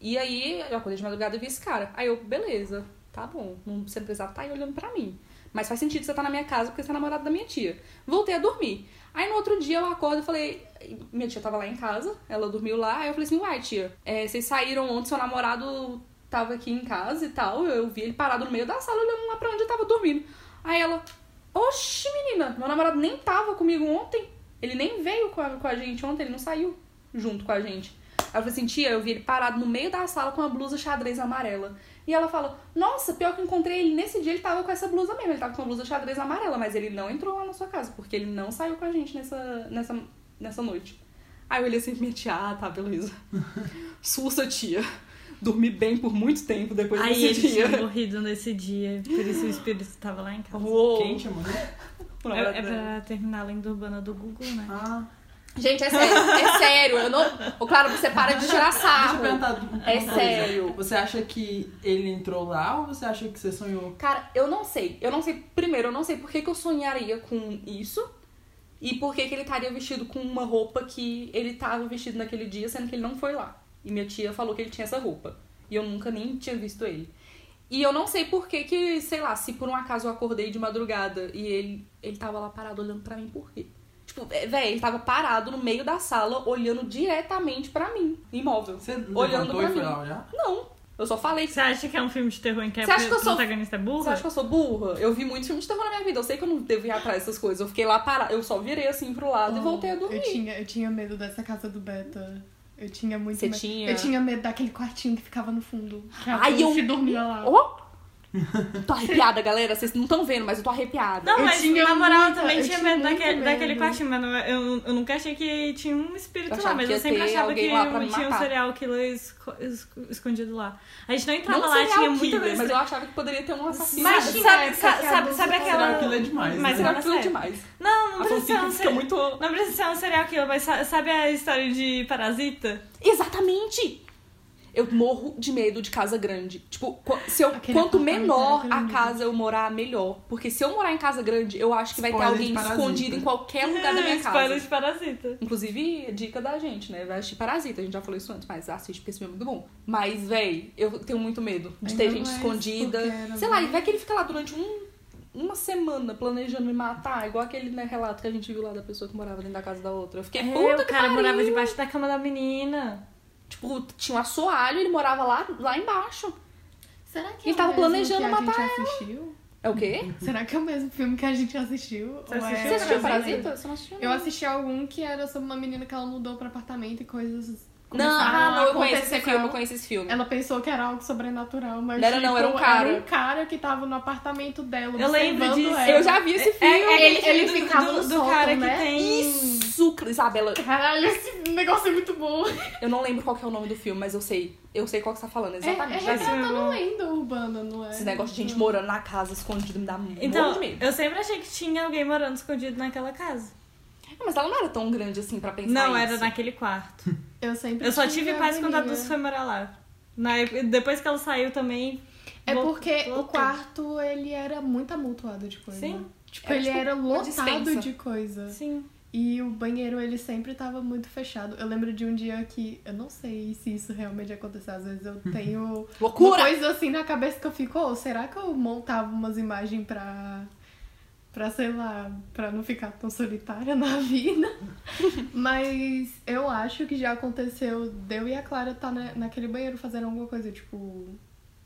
E aí eu acordei de madrugada e vi esse cara. Aí eu, beleza, tá bom. Não, você não precisava estar aí olhando pra mim. Mas faz sentido você estar na minha casa porque você é namorado da minha tia. Voltei a dormir. Aí no outro dia eu acordo e falei. Minha tia tava lá em casa, ela dormiu lá. Aí eu falei assim: uai, tia, é, vocês saíram ontem, seu namorado tava aqui em casa e tal. Eu vi ele parado no meio da sala olhando lá pra onde eu tava dormindo. Aí ela, oxe, menina, meu namorado nem tava comigo ontem. Ele nem veio com a, com a gente ontem, ele não saiu junto com a gente. Aí eu falei assim: tia, eu vi ele parado no meio da sala com uma blusa xadrez amarela. E ela fala: Nossa, pior que eu encontrei ele nesse dia, ele tava com essa blusa mesmo. Ele tava com uma blusa xadrez amarela, mas ele não entrou lá na sua casa, porque ele não saiu com a gente nessa, nessa, nessa noite. Aí eu olhei assim pra minha tia: Ah, tá, beleza. *laughs* Sussa, tia. Dormi bem por muito tempo depois Aí ele desse dia. tinha morrido nesse dia, por isso o espírito tava lá em casa. *laughs* Uou. Quente, amor. É, é pra terminar a lenda urbana do Google, né? Ah, Gente, é sério, é sério. Eu não... Ô, Claro, você para de tirar Ah, deixa eu sarro. perguntar uma É coisa. sério. Você acha que ele entrou lá ou você acha que você sonhou? Cara, eu não sei. Eu não sei. Primeiro, eu não sei por que, que eu sonharia com isso. E por que, que ele estaria vestido com uma roupa que ele tava vestido naquele dia, sendo que ele não foi lá. E minha tia falou que ele tinha essa roupa. E eu nunca nem tinha visto ele. E eu não sei por que que, sei lá, se por um acaso eu acordei de madrugada e ele, ele tava lá parado olhando pra mim, por quê? Tipo, é, véi, ele tava parado no meio da sala, olhando diretamente pra mim, imóvel. Você olhando levantou pra e foi mim. lá olhar? Não, eu só falei Você acha que é um filme de terror em que a Você acha que eu sou- protagonista é burra? você acha que eu sou burra? Eu vi muito filme de terror na minha vida. Eu sei que eu não devo ir atrás dessas coisas. Eu fiquei lá parada. Eu só virei assim pro lado e Oh, voltei a Eu dormir. tinha, eu tinha medo dessa casa do Beta. Eu tinha muito Você medo. tinha? Eu tinha medo daquele quartinho que ficava no fundo. Que a Ai, Ai, eu... eu- se dormia lá. Oh! *laughs* Tô arrepiada, galera. Vocês não estão vendo, mas eu tô arrepiada. Não, Eu mas tinha na moral eu muita- também eu tinha tinha medo muito daquele, medo. daquele quartinho, mas não- eu, eu nunca achei que tinha um espírito Eu lá, achava mas que eu ia sempre ter achava que alguém lá pra me tinha um matar. serial killer esco- esco- escondido lá. A gente não entrava não lá, serial tinha killer, muita coisa. mas eu achava que poderia ter um assassino. Mas Imagina sabe, essa sabe, que a sabe, Dulce sabe tá aquela. Será que ele é demais? Mas né? Será que aquilo é sério. demais? Não, não A precisa ser um fanfic fica serial. muito... Não precisa ser um serial killer, mas sa- sabe a história de Parasita? Exatamente! Eu morro de medo de casa grande. Tipo, qu- se eu, Aquele quanto apartamento menor era a grande. casa eu morar, melhor. Porque se eu morar em casa grande, eu acho que vai Spoiler ter de alguém Parasita. escondido em qualquer lugar da minha casa. *laughs* Spoiler de Parasita. Inclusive, dica da gente, né? Vai assistir Parasita, a gente já falou isso antes, mas assiste porque esse filme é muito bom. Mas, véi, eu tenho muito medo de ter Ainda gente mais escondida. porque era Sei lá, e vai que ele fica lá durante um, uma semana planejando me matar, igual aquele né, relato que a gente viu lá da pessoa que morava dentro da casa da outra. Eu fiquei É, puta que o cara pariu. morava debaixo da cama da menina. Tipo, tinha um assoalho, ele morava lá, lá embaixo. Será que é Ele o tava mesmo planejando que a matar gente assistiu? É o quê? Será que é o mesmo filme que a gente assistiu? Você Ou é- assistiu Você assistiu Parasita? Parasita? Você não assistiu? Eu não. assisti algum que era sobre uma menina que ela mudou pra apartamento e coisas. Não, começaram ah, a não, eu acontecer conheço esse com filme, ela. eu conheço esse filme. Ela pensou que era algo sobrenatural, mas Não era não, era um cara. era um cara que tava no apartamento dela. Eu lembro observando disso. ela. Eu já vi esse É, filme. é Ele- aquele ele filme do- ficava do, no do sótão, cara né? que tem. Isso, Isabela, Caralho, esse negócio é muito bom. Eu não lembro qual que é o nome do filme, mas eu sei. Eu sei qual que você tá falando, exatamente. É, é já vi. retrata não lenda urbana, não é? Esse negócio de gente morando na casa escondido me dá muito Então, medo. eu sempre achei que tinha alguém morando escondido naquela casa. Ah, Mas ela não era tão grande assim pra pensar Não, isso. era naquele quarto. Eu sempre. Eu só tive tive a paz quando a menina. Dulce foi morar lá. Na época- depois que ela saiu também. É vol- porque o voltou. quarto, ele era muito amontoado de coisa. Sim. Tipo, É, ele tipo, era uma lotado dispensa. de coisa. Sim. E o banheiro, ele sempre tava muito fechado. Eu lembro de um dia que. Eu não sei se isso realmente aconteceu. Às vezes eu tenho uma Loucura! coisa assim na cabeça que eu fico, "Ô, será que eu montava umas imagens pra. Pra, sei lá, pra não ficar tão solitária na *laughs* vida. Mas eu acho que já aconteceu Deu e a Clara tá na- naquele banheiro fazendo alguma coisa, tipo,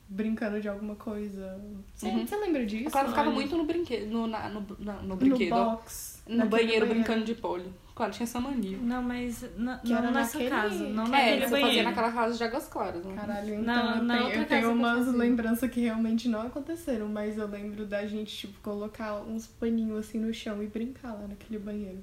brincando de alguma coisa. Você, Uhum. você lembra disso? A Clara ficava Olha. muito no brinquedo. No, na- no, na- no no brinquedo. ó. box. No, naquele banheiro, brincando de pole. Claro, tinha essa mania. Não, mas na, Que não era nessa naquele- casa. Não É, É, naquele você fazia banheiro. naquela casa de águas claras, né? Caralho, então Na- eu, na tenho, outra eu casa que tenho eu umas fazia. lembranças que realmente não aconteceram, mas eu lembro da gente, tipo, colocar uns paninhos assim no chão e brincar lá naquele banheiro.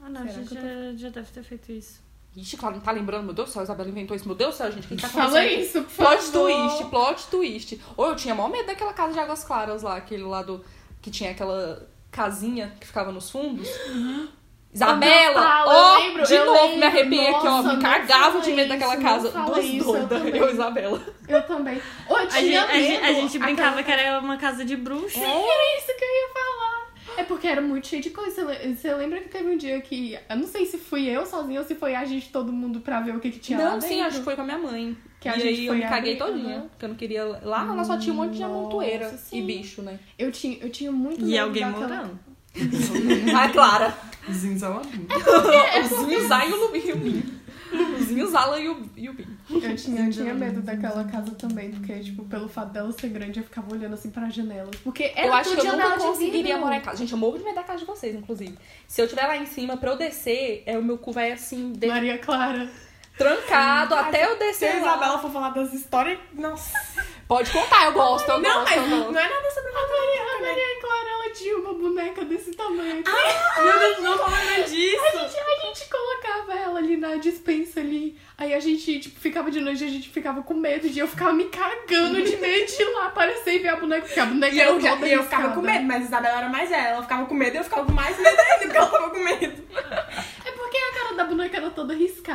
Ah, não, a Será gente que eu já, já deve ter feito isso. Ixi, Clara, não tá lembrando? Meu Deus do céu, a Isabela inventou isso. Meu Deus do céu, gente, o que que tá acontecendo? Fala isso, por Plot favor. twist, plot twist. Ou eu tinha maior medo daquela casa de águas claras lá, aquele lado que tinha aquela casinha que ficava nos fundos. Isabela! Não fala, ó, Uhum. eu lembro, de eu novo, me lembro. arrepiei aqui, ó. Nossa, Me não cagava fala de medo daquela isso, casa. não fala Duas isso, eu doidas, eu, também. e Isabela. Eu também. Ô, A gente, tinha a gente- a medo. gente Aquela- É, brincava que era uma casa de bruxa. Era isso que eu ia falar. É porque era muito cheio de coisa. Você le- Você lembra que teve um dia que. Eu não sei se fui eu sozinha ou se foi a gente todo mundo pra ver o que, que tinha lá Não, dentro. sim, acho que foi com a minha mãe. Que e a aí gente eu foi me caguei abrir, todinha, aham. porque eu não queria... Lá ela só tinha um monte de Nossa, amontoeira e sim. bicho, né? *laughs* Eu tinha, eu tinha muito E medo alguém daquela- morando. Ai, *laughs* Clara. Zinzalabim. O Zinzá e o Lubim. e o Bim. *laughs* O Zinzala e o, e o Bim. *laughs* Eu tinha, eu tinha medo daquela casa também, porque, tipo, pelo fato dela ser grande, eu ficava olhando assim pra janela. Porque era eu acho tudo que eu janela nunca de conseguiria vidro. morar em casa. Gente, eu morro de medo da casa de vocês, inclusive. Se eu estiver lá em cima, pra eu descer, é, o meu cu vai assim, de- Maria Clara. trancado até eu Se descer. a lá. Isabela for falar das histórias, nossa. Pode contar, eu gosto, eu Não, gosto, mas eu gosto. não é nada sobre A Maria. Maria Clara, ela tinha uma boneca desse tamanho. *laughs* Ah, Meu Deus, não falando A disso. gente, a gente colocava ela ali na dispensa ali. Aí a gente, tipo, ficava de longe, a gente ficava com medo de eu ficava me cagando de medo de ir lá aparecer e ver a boneca, porque a boneca E era eu, já, toda e eu ficava riscada. com medo, mas Isabela era mais ela. Ela ficava com medo e eu ficava com mais medo ainda, porque ela ficava com medo. É porque a cara da boneca era toda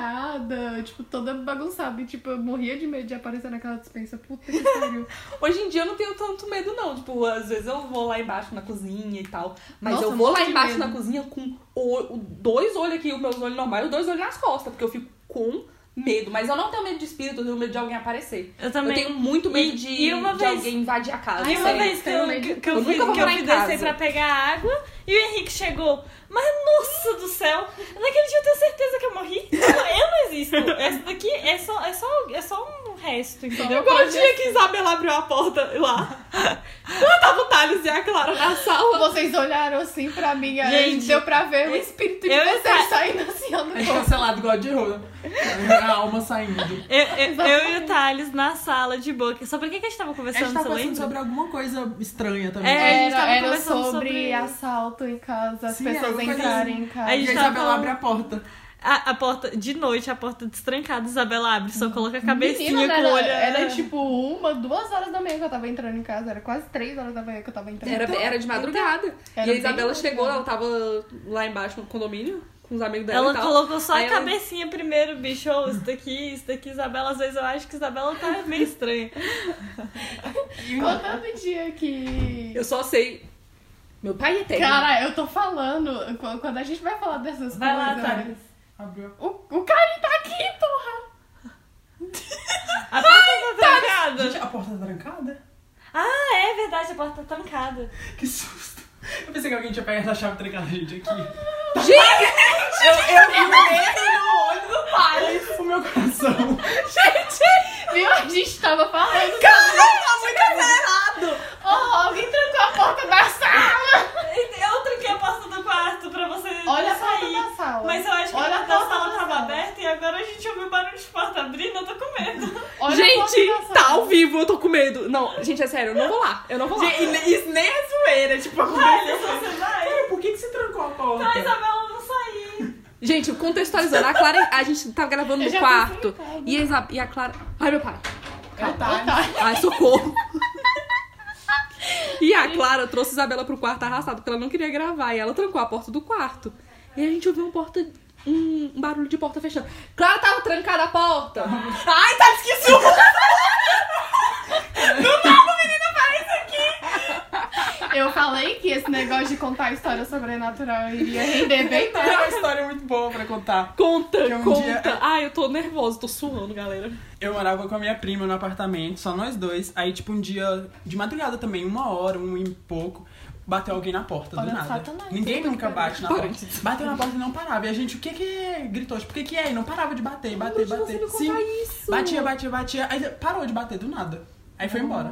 riscada, tipo, toda bagunçada. E, tipo, eu morria de medo de aparecer naquela dispensa. Puta que *laughs* pariu. Hoje em dia eu não tenho tanto medo, não. Tipo, às vezes eu vou lá embaixo na cozinha e tal. Mas Nossa, eu vou lá morro de embaixo medo. na cozinha com o- o- dois olhos aqui, os meus olhos normais, os dois olhos nas costas, porque eu fico com medo. Mas eu não tenho medo de espírito, eu tenho medo de alguém aparecer. Eu também. Eu tenho muito medo E- de, e uma de vez- alguém invadir a casa. Aí uma sério. vez que tenho eu, medo. que, que eu, Eu fui, nunca vou que eu morar fui em descer casa. pra pegar água e o Henrique chegou. Mas nossa do céu! Naquele dia eu tenho certeza que eu morri. Eu não existo. Essa daqui é só, é só, é só um resto, entendeu? Igual o dia que Isabela abriu a porta lá. Eu tava o Thales e a Clara na sala. *laughs* Vocês olharam assim pra mim, aí Gente, deu pra ver o espírito de eu vocês sa- saindo assim, ó, no É corpo. cancelado igual a de rua. A alma saindo. Eu, eu, eu e o Thales na sala de boca. Sobre o que, que a gente tava A conversando, gente tá você lembra? conversando sobre alguma coisa estranha também. É, a gente Era, tava era conversando sobre, sobre- assalto em casa, as Sim, pessoas alguma coisa entrarem em A casa. gente E a tava Isabela falando- abre a porta. A, a porta, de noite, a porta destrancada, Isabela abre, só coloca a cabecinha Menina, com o olho. né? era, era tipo uma, duas horas da manhã que eu tava entrando em casa. Era quase três horas da manhã que eu tava entrando. Era, era de madrugada. Então, Era e a bem Isabela chegou, madrugada. ela tava lá embaixo no condomínio com os Né, amigos dela Ela e então, tal. colocou só Aí a ela- cabecinha primeiro, bicho. Ô, isso daqui, isso daqui, Isabela. Às vezes eu acho que Isabela tá *laughs* meio estranha. Contando o é dia que... Eu só sei. Meu pai é técnico. Cara, eu tô falando, qu- quando a gente vai falar dessas Vai lá, coisas... Thales. Abriu. o, o cara tá aqui, porra! A porta tá trancada. Gente, a porta tá trancada? Ah, é verdade, a porta tá trancada. Que susto. Eu pensei que alguém tinha pegado a chave e trancado a gente aqui. Gente! O meu coração. Viu? A gente tava *laughs* falando. Oh, alguém trancou a porta da sala! Eu tranquei a porta do quarto pra você Olha a não porta sair. da sala. Mas eu acho que Olha a a porta da porta sala da tava sala. aberta e agora a gente ouviu barulho de porta abrindo, eu tô com medo. Olha a porta da gente, sala. tá ao vivo, eu tô com medo. Não, gente, é sério, eu não vou lá. Eu não vou lá. Gente, e ne- isso nem é zoeira, tipo, Thales, você vai? Por que, que você trancou a Pra porta? Isabela não sair. Gente, contextualizando, a Clara, a gente tá gravando Eu no já quarto. tô sentada. E a, Isa- e a Clara. Ai, meu pai. Ah, tá. Ai, socorro. E a Clara trouxe Isabela pro quarto arrastada, porque ela não queria gravar. E ela trancou a porta do quarto. E a gente ouviu um porta. Um um barulho de porta fechando. Clara tava trancada a porta! ai, tá esquisito. tá. Eu falei que esse negócio de contar história sobrenatural iria render bem Tá, mais. É uma história muito boa pra contar. Conta, Que um conta. dia- Ai, eu tô nervosa, tô suando, galera. Eu morava com a minha prima no apartamento, só nós dois. Aí, tipo, um dia de madrugada também, uma hora, um e pouco, bateu alguém na porta Olha do o nada. tá Satanás. Ninguém nunca bate *laughs* na porta. Parênteses. Bateu na porta e não parava. E a gente, o que que é? Gritou, tipo, o que que é? E não parava de bater, bater, Gente, bater. Você me Sim. contar isso. Batia, batia, batia. Aí parou de bater do nada. Aí foi embora.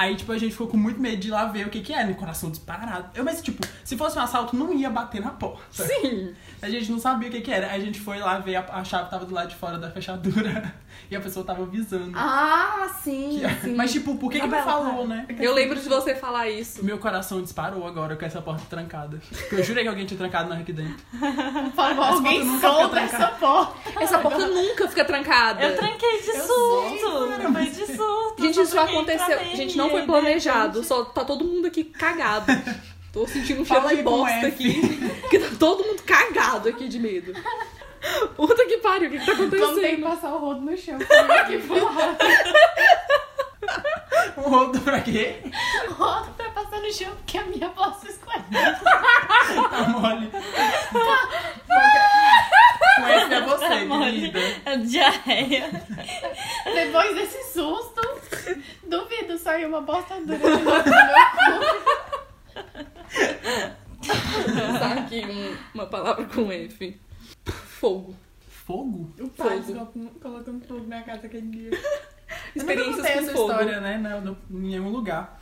Aí, tipo, a gente ficou com muito medo de ir lá ver o que que é, no coração disparado. Eu, mas, tipo, se fosse um assalto, não ia bater na porta. Sim. A gente não sabia o que que era. Aí a gente foi lá ver, a, a chave tava do lado de fora da fechadura. *laughs* E a pessoa tava avisando. Ah, *laughs* sim, sim. Mas, tipo, por que que não Isabela, falou, né? Eu lembro de você falar isso. Meu coração disparou agora com essa porta trancada. Porque Eu jurei que alguém tinha trancado nós aqui dentro. Por favor, alguém porta nunca solta fica essa porta. Essa porta nunca fica trancada. Ah, Eu tranquei de surto. Foi de surto. Gente, só isso já tranquei pra aconteceu. mim, né? Gente, não e foi aí, planejado. Só tá todo mundo aqui cagado. Tô sentindo um cheiro Fala de aí é. com F. bosta aqui. Que tá todo mundo cagado aqui de medo. Puta que pariu, o que, que tá Vamos ter que acontecendo? passar o rodo no chão. Como é que *laughs* foi? *laughs* Um outro pra quê? O rodo pra passar no chão porque a minha bolsa escorreu. Tá *laughs* mole. Com esse é você, Tá mole. querida. É diarreia. *laughs* Depois desse susto, duvido, saiu uma bosta dura de novo do meu cu. Tá aqui um- uma palavra com F. Fogo. Fogo? O pai colocando fogo na casa aquele dia. Experiências Eu nunca contei com essa fogo. história, né? na- no- em nenhum lugar.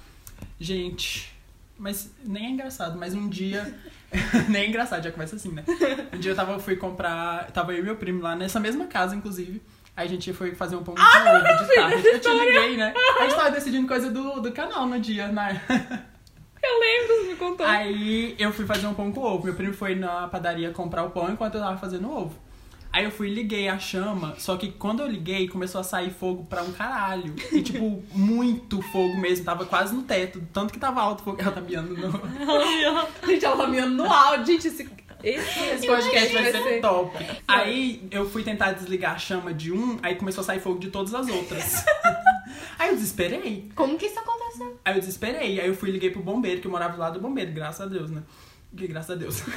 Gente, mas nem é engraçado, mas um dia. *laughs* nem é engraçado, já começa assim, né? Um dia eu tava, fui comprar. Tava eu e meu primo lá nessa mesma casa, inclusive. Aí a gente foi fazer um pão de Ah, saúde de tarde. Eu te liguei, né? A gente tava decidindo coisa do, do canal no dia, né? Eu lembro, você me contou. Aí eu fui fazer um pão com ovo. Meu primo foi na padaria comprar o pão enquanto eu tava fazendo o ovo. Aí eu fui e liguei a chama, só que quando eu liguei, começou a sair fogo pra um caralho. E, tipo, muito fogo mesmo, tava quase no teto. Tanto que tava alto o fogo. Ela tá miando no... Gente, ela tá me olhando no áudio. Gente, esse, esse, Esse podcast vai ser top. Aí eu fui tentar desligar a chama de um, aí começou a sair fogo de todas as outras. Aí eu desesperei. Como que isso aconteceu? Aí eu desesperei. Aí eu fui e liguei pro bombeiro, que eu morava lá do bombeiro, graças a Deus, né? Que graças a Deus. *laughs*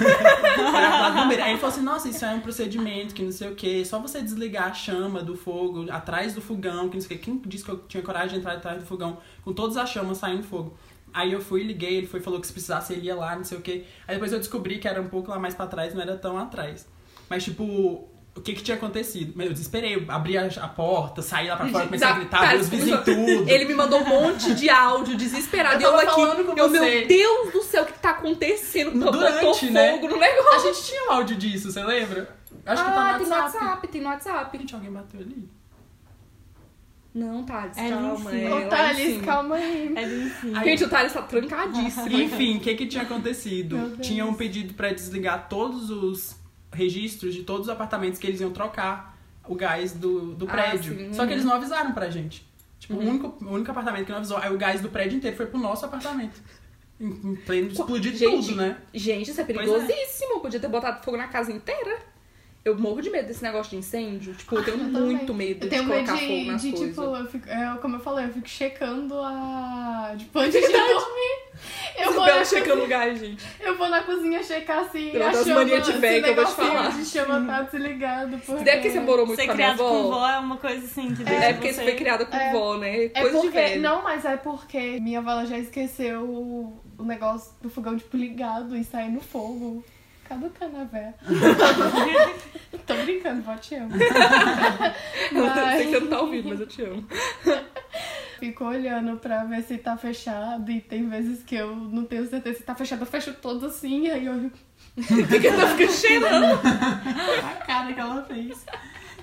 Eu morava lá do bombeiro. Aí ele falou assim: nossa, isso é um procedimento que não sei o quê. Só você desligar a chama do fogo atrás do fogão, que não sei o quê. Quem disse que eu tinha coragem de entrar atrás do fogão com todas as chamas saindo fogo? Aí eu fui, liguei, ele foi falou que se precisasse ele ia lá, não sei o quê. Aí depois eu descobri que era um pouco lá mais pra trás, não era tão atrás. Mas tipo, o que que tinha acontecido? Mas Eu desesperei, eu abri a, a porta, saí lá pra fora, comecei a Tá, gritar, tá, abri os vizinhos em tudo. Ele me mandou um monte de áudio desesperado. Eu Eu, tava aqui, falando com eu, você. meu Deus do céu, o que que tá acontecendo? Botou Durante, né? fogo no negócio. A gente tinha um áudio disso, você lembra? Acho que ah, tá no tem no WhatsApp. WhatsApp, tem no WhatsApp. Gente, alguém bateu ali. Não, Thales, É ali em calma. cima. é lá Ô, em Thales, cima. É calma aí. Ali em cima. Gente, o Thales tá trancadíssimo. Enfim, o que que tinha acontecido? Meu Deus. Tinha um pedido pra desligar todos os registros de todos os apartamentos que eles iam trocar o gás do, do Ah, prédio. sim. Só que eles não avisaram pra gente. Tipo, o, único, o único apartamento que não avisou, aí o gás do prédio inteiro foi pro nosso apartamento. Em, em pleno explodir Gente, tudo, né? Gente, isso é Pois é. perigosíssimo. Podia ter botado fogo na casa inteira. Eu morro de medo desse negócio de incêndio. Tipo, eu tenho Ah, Eu também. muito medo Eu tenho de medo colocar de, fogo nas de, coisas. tipo, eu fico, é, como eu falei, eu fico checando a. Tipo, antes de dormir. Eu vou, Isabela na, checando é o gás, gente. eu vou na cozinha checar se Eu a das chama, mania de se o véia que eu vou te negocinho falar. de chama tá desligado. Porque... Deve que você é um morou muito Ser com a minha criado com avó. vó é uma coisa assim que deixa É porque você... você foi criada com É. vó, né? É Coisa de porque. velho. Não, mas é porque minha avó ela já esqueceu o, o negócio do fogão, tipo, ligado e sair no fogo. Caducando a véia. Tô brincando, vó, te amo. Eu *laughs* sei que você não tá Mas- ouvindo, mas eu te amo. *laughs* Fico olhando pra ver se tá fechado. E tem vezes que eu não tenho certeza se tá fechado. Eu fecho todo assim, aí eu olho. Porque tá ficando cheirando. A cara que ela fez.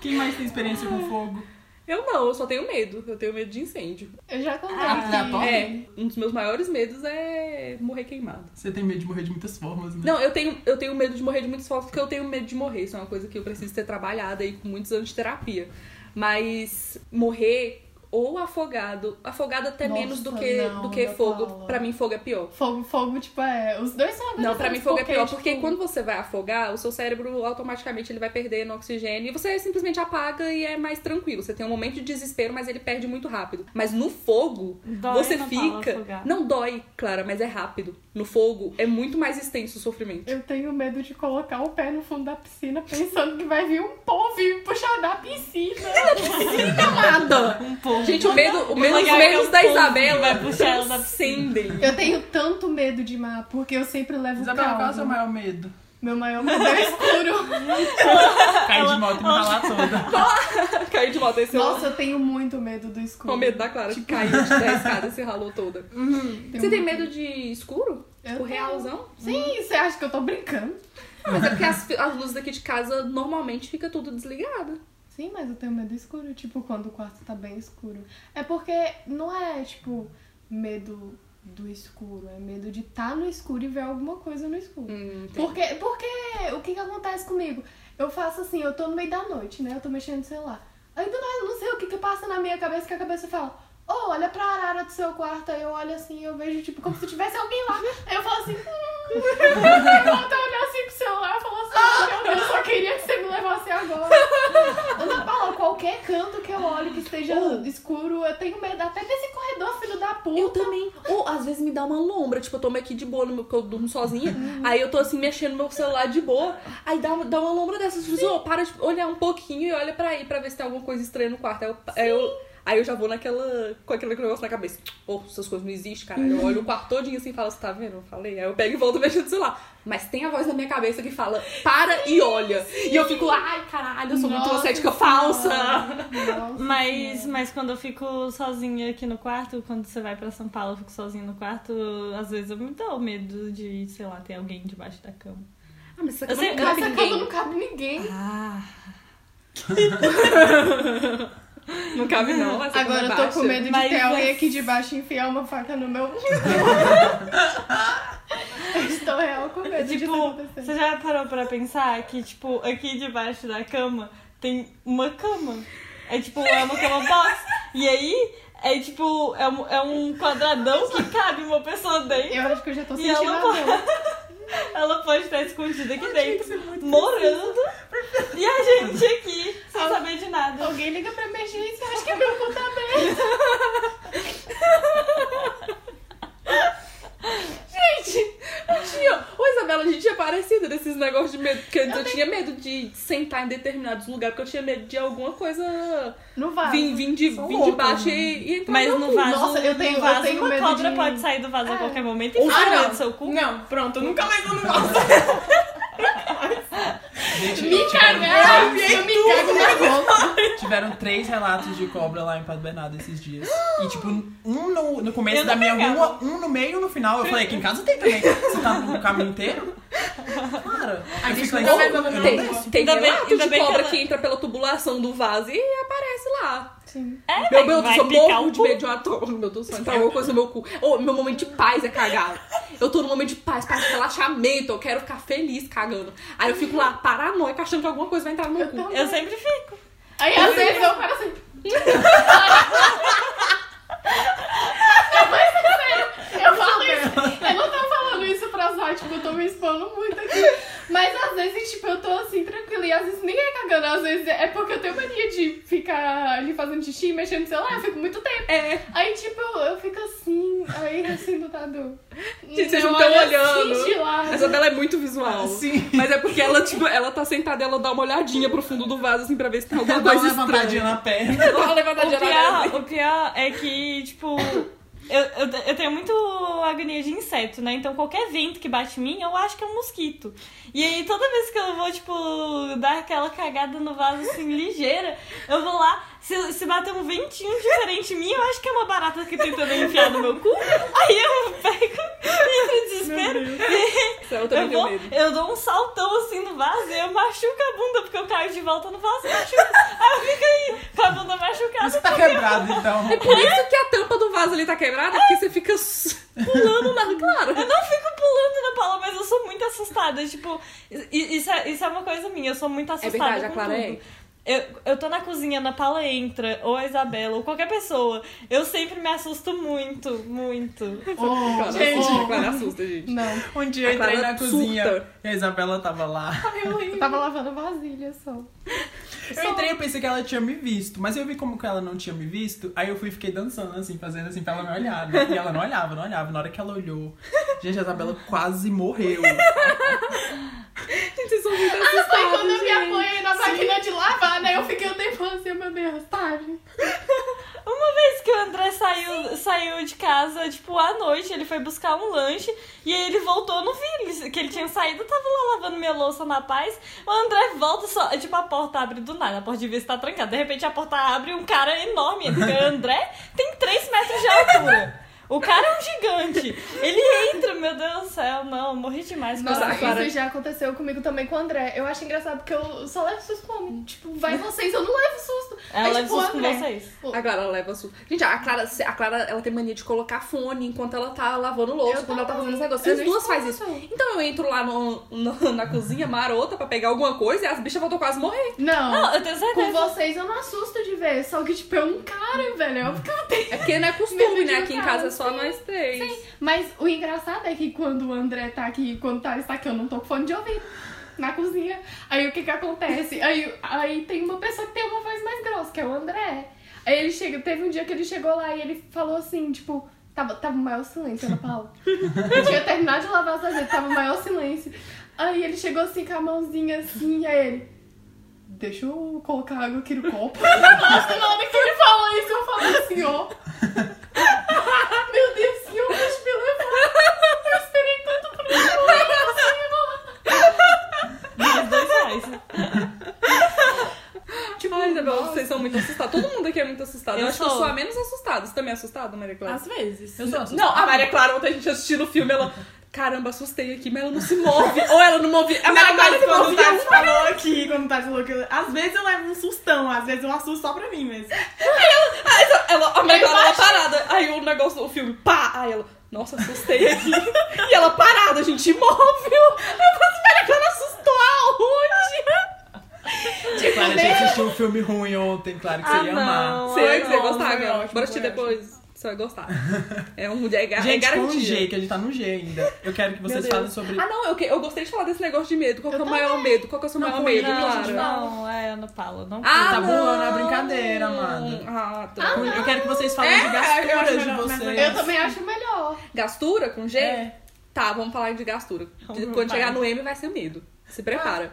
Quem mais tem experiência com fogo? Eu não, eu só tenho medo. Eu tenho medo de incêndio. Eu já contei Ah, aqui. na porta? É, um dos meus maiores medos é morrer queimado. Você tem medo de morrer de muitas formas, né? Não, eu tenho, eu tenho medo de morrer de muitas formas, porque eu tenho medo de morrer. Isso é uma coisa que eu preciso ter trabalhado aí com muitos anos de terapia. Mas morrer ou afogado, afogado até Nossa, menos do que, não, do que Ana fogo. Paula. Pra mim, fogo é pior. Fogo, fogo, tipo, é. Os dois são Não, pra mim fogo é porque, pior, tipo, porque quando você vai afogar, o seu cérebro automaticamente ele vai perdendo oxigênio e você simplesmente apaga e é mais tranquilo. Você tem um momento de desespero, mas ele perde muito rápido. Mas no fogo, *laughs* Dói, você Ana Paula, fica. afogar. Não dói, Clara, mas é rápido. No fogo é muito mais extenso o sofrimento. Eu tenho medo de colocar o pé no fundo da piscina pensando que vai vir um povo e me puxar da piscina. Nada! Um pouco. Gente, o *laughs* medo, o medo, os Legal que é medos o da povo que Isabela vai puxar ela da transcendem. *laughs* Eu tenho tanto medo de mar, porque eu sempre levo Isabela, qual é o seu calma. maior medo? Meu maior medo é *laughs* o escuro. Cair de moto e me ralar toda. Cair de moto, esse é o Nossa, eu tenho muito medo do escuro. o medo da Clara que caiu da escada e se ralou toda. Uhum. Você tem medo de escuro? Eu Tipo, tenho. realzão? Sim, você acha que eu tô brincando? Mas é porque as, fi- as luzes daqui de casa normalmente fica tudo desligado. Sim, mas eu tenho medo escuro, tipo, quando o quarto tá bem escuro. É porque não é, tipo, medo do escuro, é medo de estar no escuro e ver alguma coisa no escuro. porque, porque o que que acontece comigo? Eu faço assim, eu tô no meio da noite, né? Eu tô mexendo no celular. Aí do nada, eu não sei o que que passa na minha cabeça, que a cabeça fala, ô, olha pra arara do seu quarto. Aí eu olho assim, eu vejo, tipo, como se tivesse alguém lá. Aí eu falo assim, hum. *laughs* Aí eu volto a olhar assim pro celular e falo assim, meu Deus, eu só queria que você me levasse agora. Ana Paula, qualquer canto que eu olho que esteja Oh. escuro, eu tenho medo até desse corredor, filho da puta. Eu também. Ou às vezes me dá uma lombra, tipo, eu tô meio aqui de boa, no meu- porque eu durmo sozinha. aí eu tô assim, mexendo no meu celular de boa. Aí dá, uma- dá uma lombra dessas. Tipo, assim, "Ô, para de olhar um pouquinho e olha pra aí pra ver se tem alguma coisa estranha no quarto. Aí eu. Aí eu aí eu já vou naquela. com aquele negócio na cabeça. Ô, essas coisas não existem, cara. Eu olho o quarto todinho assim e falo, você tá vendo? Eu falei. Aí eu pego e volto mexendo no celular. Mas tem a voz na minha cabeça que fala, para e olha. E eu fico, ai, caralho, eu sou muito Nossa cética falsa. Nossa. Mas, mas quando eu fico sozinha aqui no quarto, quando você vai pra São Paulo, eu fico sozinha no quarto, às vezes eu me dou medo de, sei lá, ter alguém debaixo da cama. Ah, mas essa Eu cama sei- não Mas cabe essa ninguém. cama não cabe ninguém. Ah. Não cabe não, essa Agora coisa eu baixa. tô com medo de Mas é ter alguém vai- aqui de baixo enfiar uma faca no *laughs* meu. Estou real com medo de Tipo, você já parou pra pensar que, tipo, aqui debaixo da cama tem uma cama. É tipo, é uma cama box. E aí, é tipo, é um, é um quadradão que cabe uma pessoa dentro. Eu acho que eu já tô E sentindo ela a dor. Ela pode estar escondida aqui é dentro, morando. E a gente aqui, sem saber de nada. Alguém liga pra emergência, eu acho que meu cu tá aberto. Gente, eu tinha. Ô, Isabela, a gente tinha parecido desses negócios de medo. Porque antes eu, tinha medo de sentar em determinados lugares, porque eu tinha medo de alguma coisa Não vai. vir, vir, de, Ah, Sou vir de louca, baixo e, né? e entrar Mas no no cu. vaso, Nossa, eu tenho- no eu vaso tenho uma medo cobra de- pode sair do vaso a É. qualquer momento Ou Ah, e ficar não. do seu cu. Não, pronto, nunca mais eu não gosto. Gente, Me tiveram, cagar, eu me cago na boca. tiveram três relatos de cobra lá em Padre Bernardo esses dias. E, tipo, um no, no Eu começo não da minha pegava. rua, um no meio e um no final. Eu falei, aqui em casa tem também. Você tá no caminho inteiro? Para. Aí eu fico lá em não cima, vai eu fazer não nada. Tem, desço. tem Ainda bem- relato ainda de bem que cobra que, ela- entra pela tubulação do vaso e aparece lá. Sim. É, Meu velho, Deus, vai eu picar morro o de cu. medo de uma to- Meu Deus, do céu, tá entrar alguma coisa no meu cu. Ô, meu momento de paz é cagar. Eu tô num momento de paz, paz, relaxamento. Eu quero ficar feliz cagando. Aí eu fico lá, paranoica, achando que alguma coisa vai entrar no meu cu. Eu sempre fico. Aí às vezes eu paro assim. Não, mas é sério, eu falo isso. Eu não tô falando isso pra usar, tipo, eu tô me expondo muito aqui. Mas às vezes, tipo, eu tô assim, tranquila. E às vezes nem é cagando, às vezes é porque eu tenho mania de ficar ali fazendo xixi, mexendo no celular, eu fico muito tempo. É. Aí, tipo, eu, eu fico assim, aí assim do lado. Gente, vocês Eu não tão olho olhando. Assim, de lado. A Isabela é muito visual. Sim. Mas é porque ela, tipo, ela tá sentada e ela dá uma olhadinha pro fundo do vaso, assim, pra ver se tem alguma Eu dou uma coisa estranha. levantadinha na perna. *laughs* Dá uma né? O levantadinha na pior, mesa. o pior é que, tipo, eu, eu, eu tenho muito agonia de inseto, né? Então qualquer vento que bate em mim, eu acho que é um mosquito. E aí toda vez que eu vou, tipo, dar aquela cagada no vaso assim, *laughs* ligeira, eu vou lá. Se, se bater um ventinho diferente em mim, eu acho que é uma barata que tentando enfiar no meu cu. Aí eu pego e entro em desespero. Eu Eu, também tenho vou, medo. eu dou um saltão assim no vaso e eu machuco a bunda, porque eu caio de volta no vaso e machuco. Aí eu fico aí com a bunda machucada. Você tá quebrado, então. Por isso que a tampa do vaso ali tá quebrada, porque você fica s- pulando lá, Eu claro. não fico pulando na Paula, mas eu sou muito assustada. Tipo, i- isso é, isso é uma coisa minha, eu sou muito assustada. verdade, a com Clara é. tudo. Eu, eu tô na cozinha, a Ana Paula entra, ou a Isabela, ou qualquer pessoa. Eu sempre me assusto muito, muito. Cara, gente. assusta, a Clara assusta, gente. Não, Um dia eu A Clara entrei na surta. cozinha e a Isabela tava lá. eu tava lavando vasilha só. Eu entrei e pensei que ela tinha me visto, mas eu vi como que ela não tinha me visto, aí eu fui e fiquei dançando assim, fazendo assim pra ela me olhar. né? E ela não olhava, não olhava. Na hora que ela olhou, gente, a Isabela quase morreu. Gente, vocês são muito Ah, foi assustados, quando eu me gente. apanhei na máquina de lavar, né? Eu fiquei o tempo assim, meu Deus, tarde. Uma vez que o André saiu, saiu de casa, tipo, à noite, ele foi buscar um lanche e aí ele voltou, eu não vi ele- que ele tinha saído, eu tava lá lavando minha louça na paz. O André volta, só, tipo, a porta abre do nada, a porta devia estar trancada. De repente a porta abre e um cara enorme, porque o André tem 3 metros de altura. O cara é um gigante. Ele entra, meu Deus do céu, não, eu morri demais. com Nossa, Nossa, essa cara. isso já aconteceu comigo também com o André. Eu acho engraçado porque eu só levo susto com homem. Tipo, vai vocês, eu não levo susto. Ela Aí, leva tipo, É, susto com André. vocês. A Clara leva susto. Gente, a Clara, a Clara, ela tem mania de colocar fone enquanto ela tá lavando louça, Eu quando ela tá fazendo também. esse negócio. Eu Vocês não duas fazem isso. escuto. Então eu entro lá no- no- na cozinha marota pra pegar alguma coisa e as bichas voltam quase morrer. Não. Não, eu tenho Com certeza. vocês eu não assusto de ver, só que tipo, é um cara, velho. Eu fico É porque não é Medo costume, de né? Aqui em casa é só sim, nós três. assim. Mas o engraçado é que quando o André tá aqui, quando o Thales tá aqui, eu não tô com fone de ouvido. Na cozinha. Aí o que que acontece? Aí, aí tem uma pessoa que tem uma voz mais grossa, que é o André. Aí ele chega, teve um dia que ele chegou lá e ele falou assim, tipo, tava, tava o maior silêncio, Ana Paula. Eu tinha terminado de lavar as vasilhas, tava o maior silêncio. Aí ele chegou assim com a mãozinha assim, aí ele. Deixa eu colocar água aqui no copo. *laughs* Nossa, na hora que ele falou isso, eu falei assim, ó. Ah, Meu Deus, senhor, deixa me levar. Eu esperei tanto por isso. Os dois fazem. Tipo, Ai, Isabel, vocês são muito assustados. Todo mundo aqui é muito assustado. Eu, Eu acho que eu sou. sou a menos assustada. Você também é assustada, Maria Clara? Às vezes. Eu sou assustada. Não, a Maria Clara, ontem a gente assistindo o filme, ela. caramba, assustei aqui, mas ela não se move. Ou ela não move. A Não, Maricá mas se quando o movia. Tati falou aqui, quando o Tati falou que eu- às vezes eu levo um sustão, às vezes eu assusto só pra mim mesmo. Aí ela- Ah, ela, a Maricá ela parada. Aí o negócio, o filme, pá! Aí ela, nossa, assustei aqui. e ela parada, gente, imóvel. Aí eu falei, Maricá, ela assustou aonde? Claro, a gente assistiu um filme ruim ontem, claro que Ah, você ia amar. não. Sei que você ia não, gostar, foi cara. ótimo, Bora foi assistir ótimo. depois. Você vai gostar. É um é, gar- é Gente, com um garantia. G, que a gente tá no G ainda. Eu quero que vocês Deus. falem sobre. Ah, não, eu, que- eu gostei de falar desse negócio de medo. Qual que é o maior medo? Qual que é o seu maior com medo, isso, Clara? gente, Não, é, Ana Paula, não Ah, tá bolando não. a brincadeira, amada. Ah, tá. Com- eu quero que vocês falem É, de eu acho gasturas de melhor- mas vocês. Eu também acho melhor. Gastura com G? É. Tá, vamos falar de gastura. meu Quando chegar pai. no M vai ser medo. Se prepara.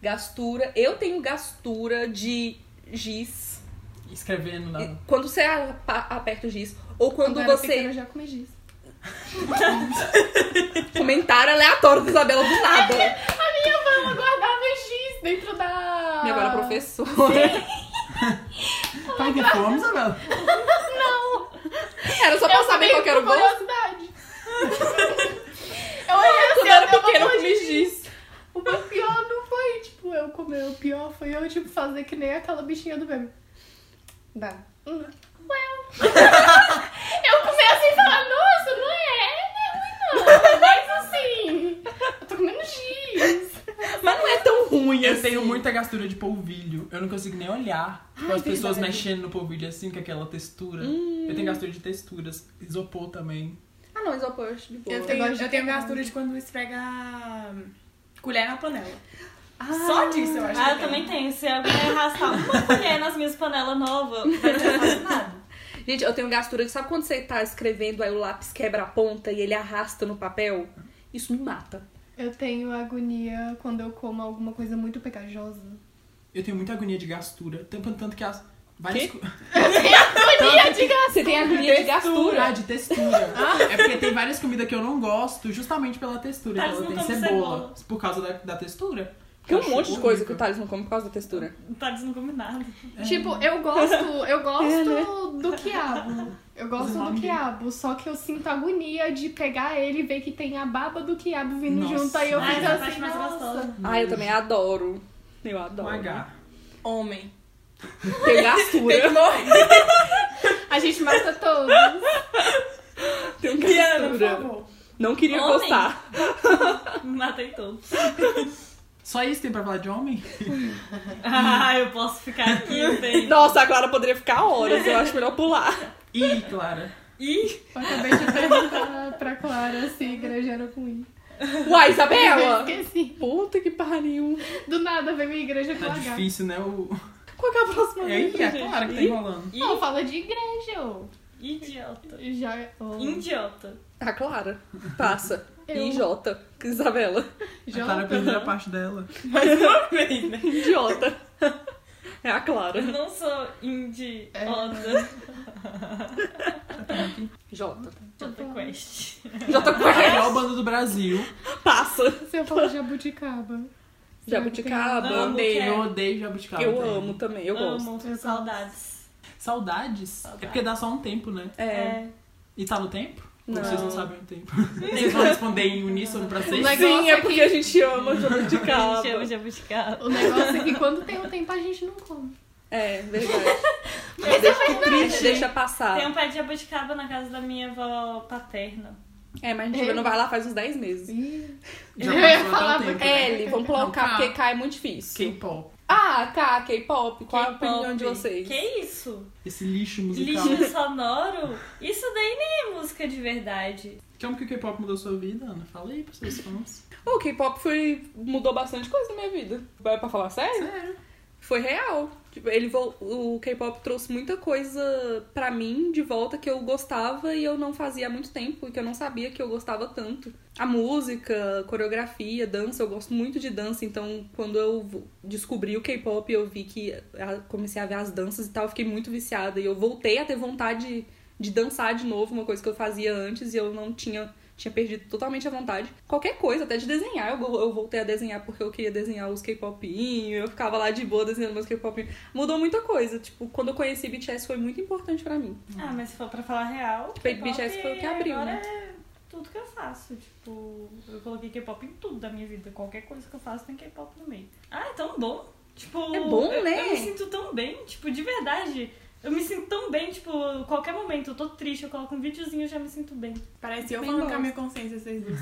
Gastura. Eu tenho gastura de giz. Escrevendo lá. E Quando você apa- aperta o giz. Ou quando eu era você. pequena, eu já comi giz. Comentário aleatório da Isabela do nada. *laughs* A minha mama guardava giz dentro da. Minha avó era professora. Pai, que fome, Tá Isabela? Era só pra Eu saber qual que era o gosto. *laughs* curiosidade. eu olhei assim, Quando eu era dava pequena, eu uma comi de giz. O meu pior não foi, tipo, eu comer. O pior foi eu, tipo, fazer que nem aquela bichinha do meme. Dá. Hum. Well. *laughs* eu comi assim e falar, nossa, não é, não é ruim não. Mas assim, eu tô comendo giz. Mas não é tão ruim Eu assim. tenho muita gastura de polvilho. Eu não consigo nem olhar. Tipo, as pessoas verdade. mexendo no polvilho assim, com aquela textura. Eu Hum. tenho gastura de texturas. Isopor também. Ah, não, isopor, eu acho de boa. Eu tenho, gosto de eu tenho ter gastura de quando esfrega a colher na panela. Só disso eu acho. Ah, eu que é. também tenho. Se alguém arrastar uma colher nas minhas panelas novas, vai ser assassinado. Gente, eu tenho gastura. de- Sabe quando você tá escrevendo, aí o lápis quebra a ponta e ele arrasta no papel? Isso me mata. Eu tenho agonia quando eu como alguma coisa muito pegajosa. Eu tenho muita agonia de gastura. Tanto, tanto que as. Várias co- Agonia de gastura! Você tem agonia de Ah, gastura. Ah. *laughs* de textura. é porque tem várias comidas que eu não gosto justamente pela textura. Mas Então, não tem come cebola, cebola. Por causa da, da textura. Tem Eu um monte acho de coisa que o horrível. Thales não come por causa da textura. Tá descombinado. Tipo, eu gosto, eu gosto do quiabo. Eu gosto do quiabo, só que eu sinto agonia de pegar ele e ver que tem a baba do quiabo vindo Nossa. junto. Aí eu Ai, fico essa assim, nossa. Ah, eu também adoro. Eu adoro. Um H. né? Homem. Tem gastura. A gente mata *laughs* todos. Tem Piano, por gastura. favor. Não queria Homem. gostar. Matei todos. Só isso tem pra falar de homem? Ah, eu posso ficar *laughs* aqui, entende? Nossa, a Clara poderia ficar horas. Eu acho melhor pular. Ih, Clara. Ih, Eu acabei de perguntar pra Clara se igreja era ruim. Uai, Eu *laughs* Isabela! esqueci. Puta que pariu. Do nada veio minha igreja com Tá H. difícil, né? O... Qual que é a próxima? É, letra, ih, é gente? Clara que tá enrolando. Não, fala de igreja. ô. idiota. Já. ô. Idiota. Tá, Clara. Passa. Eu. Idiota. Isabela. A Clara Jota. perdeu a parte dela. Mais uma vez, né? *laughs* Idiota. É a Clara. Eu não sou indiota. É. Jota. Jota Quest. Jota A Quest. melhor banda do Brasil. Passa. Se eu falar jabuticaba. Jabuticaba. Amo, Odeio, quero. eu odeio jabuticaba. Eu também. amo também, eu gosto. Amo, saudades. Saudades? É porque dá só um tempo, né? É. E tá no tempo? Ou Não. Vocês não sabem o tempo. Vocês vão responder em uníssono pra vocês? Mas- Sim, Negócio é aqui. porque a gente ama A gente ama jabuticaba. jabuticaba. O negócio é que quando tem o tempo a gente não come. É, verdade. deixa triste, deixa passar. é Tem um pé de jabuticaba na casa da minha avó paterna. É, mas a gente não vai lá faz uns 10 meses. Ih. Já Eu passou ia até o falar tempo. porque- L, É, vamos pular o K, Não, K. porque K é muito difícil. K-pop. Ah, K, K-pop, qual a K-pop. opinião de vocês? Que isso? Esse lixo musical. Lixo sonoro? Isso daí nem é música de verdade. Como que o K-pop mudou sua vida, Ana? Fala aí pros seus fãs. O K-pop foi... mudou bastante coisa na minha vida. Vai pra falar sério? Sério. Foi real. Tipo, ele vol- O K-pop trouxe muita coisa pra mim de volta que eu gostava e eu não fazia há muito tempo e que eu não sabia que eu gostava tanto. A música, coreografia, dança, eu gosto muito de dança, então quando eu v- descobri o K-pop, eu vi que a- comecei a ver as danças e tal, eu fiquei muito viciada e eu voltei a ter vontade de dançar de novo, uma coisa que eu fazia antes e eu não tinha tinha perdido totalmente a vontade. Qualquer coisa, até de desenhar. Eu, go- eu voltei a desenhar porque eu queria desenhar os K-popinhos. Eu ficava lá de boa desenhando meus K-popinhos. Mudou muita coisa. Tipo, quando eu conheci BTS foi muito importante pra mim. Ah, mas se for pra falar real. Baby BTS K-pop foi o que abriu, agora né? é tudo que eu faço. Tipo, eu coloquei K-pop em tudo da minha vida. Qualquer coisa que eu faço tem K-pop no meio. Ah, é tão bom. Tipo, É bom, eu- né? Eu, me sinto tão bem, tipo, de verdade. Eu me sinto tão bem, tipo, qualquer momento eu tô triste, eu coloco um videozinho e eu já me sinto bem. Parece eu Bem falando bom. com a minha consciência, vocês dois.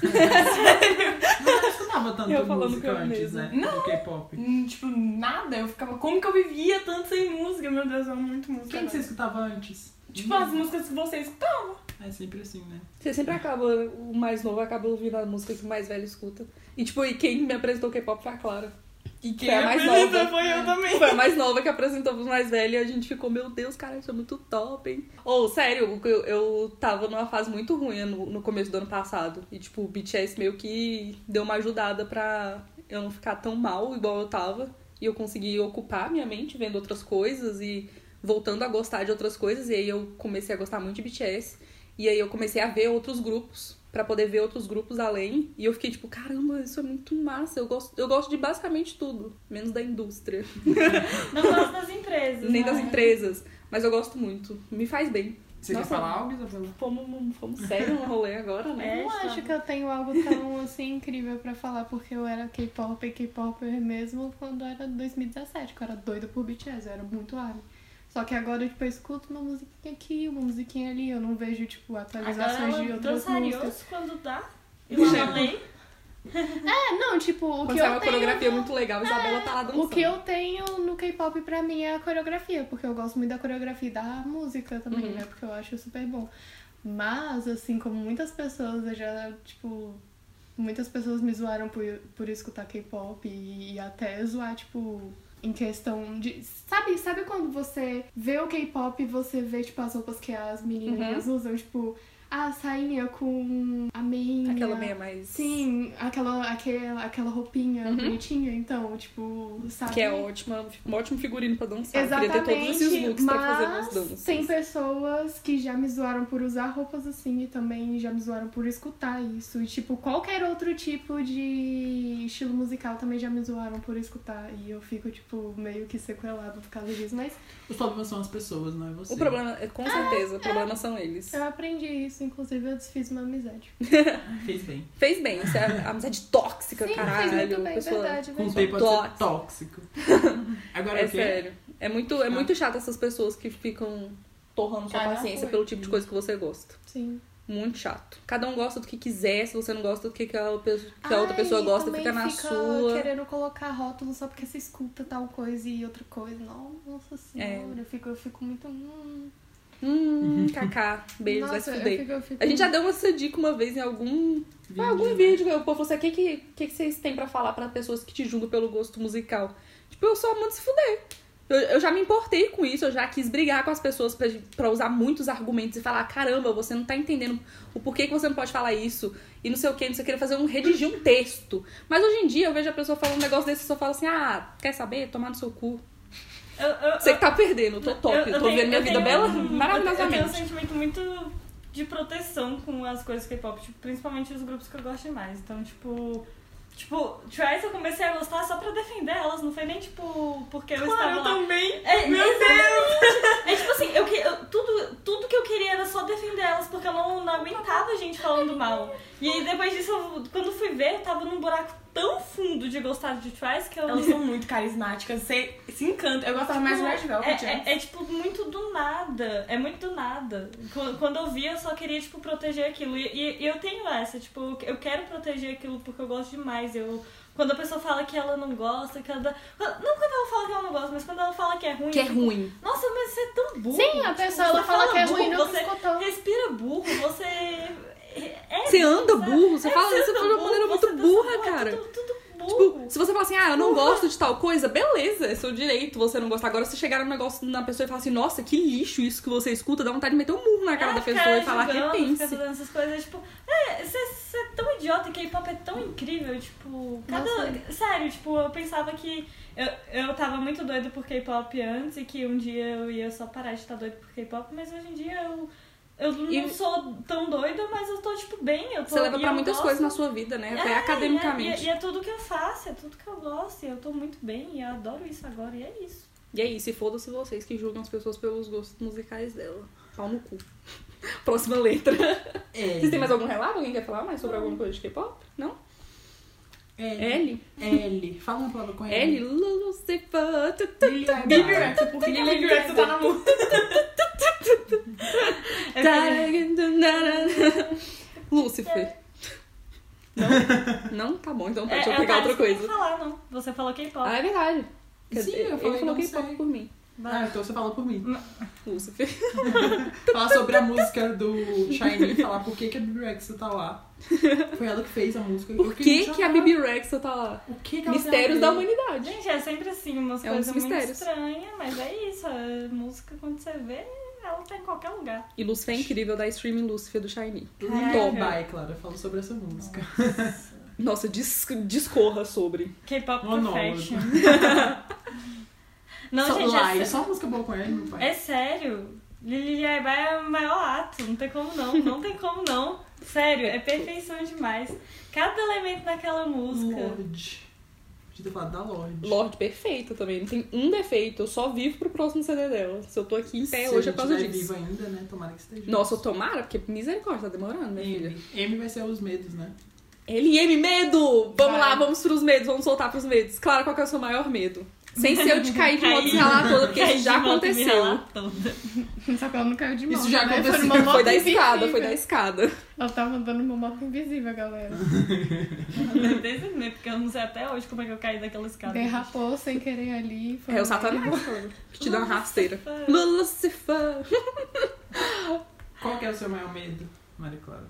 Não escutava tanto Eu falando música com eu antes, mesma. né? Do K-pop. Hum, tipo, nada. Eu ficava, como que eu vivia tanto sem música? Meu Deus, eu amo muito música. Quem que você agora. escutava antes? Tipo, Hum, as músicas que você escutava. É sempre assim, né? Você sempre acaba, o mais novo acaba ouvindo a música que o mais velho escuta. E tipo, e quem me apresentou K-pop foi a Clara. E quem Foi é a me mais apresentou nova. foi eu também. Foi a mais nova que apresentou pros mais velhos e a gente ficou, meu Deus, cara, isso é muito top, hein? Ou, sério, eu, eu tava numa fase muito ruim no, no começo do ano passado. E, tipo, o BTS meio que deu uma ajudada pra eu não ficar tão mal igual eu tava. E eu consegui ocupar minha mente vendo outras coisas e voltando a gostar de outras coisas. E aí eu comecei a gostar muito de BTS. E aí eu comecei a ver outros grupos. Pra poder ver outros grupos além. E eu fiquei tipo, caramba, isso é muito massa. Eu gosto, eu gosto de basicamente tudo. Menos da indústria. Não gosto das empresas. Nem né? das empresas. Mas eu gosto muito. Me faz bem. Você Nossa. quer falar algo, Isabela? Fomos, fomos sério no rolê agora, Eu né? É, não acho sabe? que eu tenho algo *laughs* tão assim incrível pra falar, porque eu era K-pop e K-popper mesmo quando era 2017, que eu era doida por BTS, eu era muito arme. Só que agora, tipo, eu escuto uma musiquinha aqui, uma musiquinha ali, eu não vejo, tipo, atualizações Agora de eu outras dançaria músicas. quando *laughs* dá. Eu Exemplo. avalei. É, não, tipo, o Quando que sai eu uma tenho... coreografia muito legal, a Isabela tá lá dançando. O que eu tenho no K-pop pra mim é a coreografia, porque eu gosto muito da coreografia e da música Uhum. também, né? Porque eu acho super bom. Mas, assim, como muitas pessoas, eu já, tipo. Muitas pessoas me zoaram por, por escutar K-pop e, e até zoar, tipo. Em questão de. Sabe, sabe quando você vê o K-pop e você vê, tipo, as roupas que as Uhum. menininhas usam, tipo, a sainha com a meinha. Aquela meia mais... Sim, aquela, aquela, aquela roupinha Uhum. bonitinha, então, tipo, sabe? Que é ótima, um ótimo figurino pra dançar. Exatamente, eu queria ter todos esses looks mas pra fazer minhas danças. tem pessoas que já me zoaram por usar roupas assim e também já me zoaram por escutar isso. E, tipo, qualquer outro tipo de estilo musical também já me zoaram por escutar. E eu fico, tipo, meio que sequelada por causa disso. Mas Os problemas são as pessoas, não é você. O problema, é- com Ah, certeza, o problema são eles. eu aprendi isso, inclusive eu desfiz uma amizade. Fez bem. Fez bem, isso é amizade tóxica, Sim, caralho. fez muito bem, pessoa- verdade, Com o verdade. tempo pode ser tóxico. Agora É o quê? sério. É muito, é Ah. muito chato essas pessoas que ficam torrando sua Cara, paciência foi. pelo tipo de coisa que você gosta. Sim. Muito chato. Cada um gosta do que quiser, se você não gosta do que, que, a, pe- que a outra Ai, pessoa e gosta, também fica na fica sua. querendo colocar rótulo só porque você escuta tal coisa e outra coisa. Não, É. Nossa senhora, eu, fico, eu fico muito. Hum, *laughs* Hum, kaká, beijo, vai nossa, se eu fuder. fico- eu fico- A gente já deu essa dica uma vez em algum, em algum vídeo que o povo falou assim: o que, que, que, que vocês têm pra falar pra pessoas que te julgam pelo gosto musical? Tipo, eu só mando se fuder. Eu, eu já me importei com isso, eu já quis brigar com as pessoas pra, pra usar muitos argumentos e falar: caramba, você não tá entendendo o porquê que você não pode falar isso e não sei o que, não sei o que, fazer um redigir um texto. Mas hoje em dia eu vejo a pessoa falando um negócio desse e só fala assim: ah, quer saber? Tomar no seu cu. Eu, eu, Você que tá perdendo, eu tô top, eu, tô tenho- vivendo minha eu vida tenho bela, um- Eu tenho um maravilhosamente. sentimento muito de proteção com as coisas K-pop, tipo, principalmente os grupos que eu gosto mais. Então, tipo. Tipo, Twice eu comecei a gostar só pra defender elas, não foi nem tipo porque eu Claro, estava eu lá. também. É, Meu Deus! É tipo assim, eu, que- eu- tudo, tudo que eu queria era só defender elas, porque eu não, não aguentava gente falando mal. E aí depois disso, eu- quando fui ver, eu tava num buraco tão fundo de gostar de Twice que eu. Elas são muito carismáticas, você se encanta. Eu gostava mais do Red Velvet. né? É, é, é, tipo muito do nada. É muito do nada. Qu- Quando eu via, eu só queria, tipo, proteger aquilo. E, e- e eu tenho essa, tipo, eu quero proteger aquilo porque eu gosto demais. Eu. Quando a pessoa fala que ela não gosta, que ela. dá- Não quando ela fala que ela não gosta, mas quando ela fala que é ruim. Que é tipo, ruim. Nossa, mas você é tão burro. Sim, a pessoa ela você fala que é burro, ruim e nunca você escutou. respira burro, você. É, Você anda burro, você é, fala isso anda de uma burro, maneira você muito dança burra, burro, é cara. Tudo, tudo burro. Tipo, se você fala assim, ah, eu não gosto de tal coisa, beleza, é seu direito você não gostar. Agora, se chegar num negócio na pessoa e falar assim, nossa, que lixo isso que você escuta, dá vontade de meter um murro na É, cara da pessoa e falar, repense. Essas coisas, tipo, é, você é tão idiota e K-pop é tão incrível, tipo, cada. Nossa. Sério, tipo, eu pensava que. Eu, eu tava muito doida por K-pop antes e que um dia eu ia só parar de estar doida por K-pop, mas hoje em dia eu. Eu não E- sou tão doida, mas eu tô, tipo, bem. Eu tô, Você leva e pra eu muitas gosto. coisas na sua vida, né? Até É, academicamente. E é, e é tudo que eu faço, é tudo que eu gosto, e eu tô muito bem, e eu adoro isso agora, e é isso. E é isso, e foda-se vocês que julgam as pessoas pelos gostos musicais dela. Pau no cu. *laughs* Próxima letra. L. Vocês têm mais algum relato? Alguém quer falar mais sobre alguma coisa de K-pop? Não? L. L? L. Fala uma palavra com L? L. Lucifer. tu, tu, Bibi Rexa, por que que a Bibi Rexa tá na música? tu. *laughs* Lucifer. Não? Não? Tá bom, então É, deixa eu é, pegar tá, outra você não coisa. falar, não. Você falou K-pop. Ah, é verdade. Quer Sim, dizer, eu falei, ele falou não K-pop sei. por mim. Vai. Ah, então você falou por mim. Lucifer. Falar sobre a música do Shiny, falar por que, que a Bibi Rexa tá lá. Foi ela que fez a música. Eu Por fiquei que, que a chocada. Bibi Rexa tá lá? é O que que ela Mistérios tem da a ver? humanidade. Gente, é sempre assim, umas É um dos coisas muito mistérios. estranhas, mas é isso. A música, quando você vê, ela tá em qualquer lugar. E Lucifer é incrível da streaming Lucifer do Shiny. Little By, Clara, falou sobre essa música. Nossa, dis- discorra sobre. K-pop Monólogo. perfection. não, só, gente, lá, é, é sé- só música boa com ele, meu pai. é sério. Lili Yaiba é o maior ato, não tem como não, não tem como não. Sério, é perfeição demais. Cada elemento daquela música. Lorde. Podia ter falado da Lorde. Lorde perfeita também, não tem um defeito. Eu só vivo pro próximo CD dela. Se eu tô aqui em pé hoje Se a é gente por causa vai disso. vivo ainda, né? Tomara que esteja. Nossa, eu tomara, porque misericórdia, tá demorando, minha filha. M. M vai ser os medos, né? LM Medo! Vamos Vai. lá, vamos pros medos, vamos soltar pros medos. Claro, qual que é o seu maior medo? Sem ser o de cair de moto e Cair. ralar toda, porque Caí isso de já moto, me aconteceu. *laughs* ralar toda. Só que ela não caiu de moto. Isso já né? aconteceu. Foi, numa moto Foi da escada, invisível. foi da escada. Ela tava andando numa moto invisível, galera. Desde mesmo, porque eu não sei até hoje como é que eu caí daquela escada. Derrapou sem querer ali. foi É o uma- Satanás que te dá uma rasteira. Lucifer. Lucifer! Qual que é o seu maior medo, Maria Clara?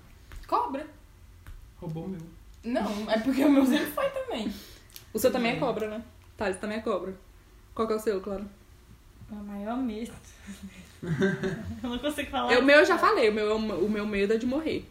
Cobra. Roubou o meu. Não, é porque o meu sempre foi também. O seu também é cobra, né? Thales também é cobra. Qual que é o seu, claro? Meu maior medo. eu não consigo falar. É, o meu eu já falei, o meu, é o o meu medo é de morrer.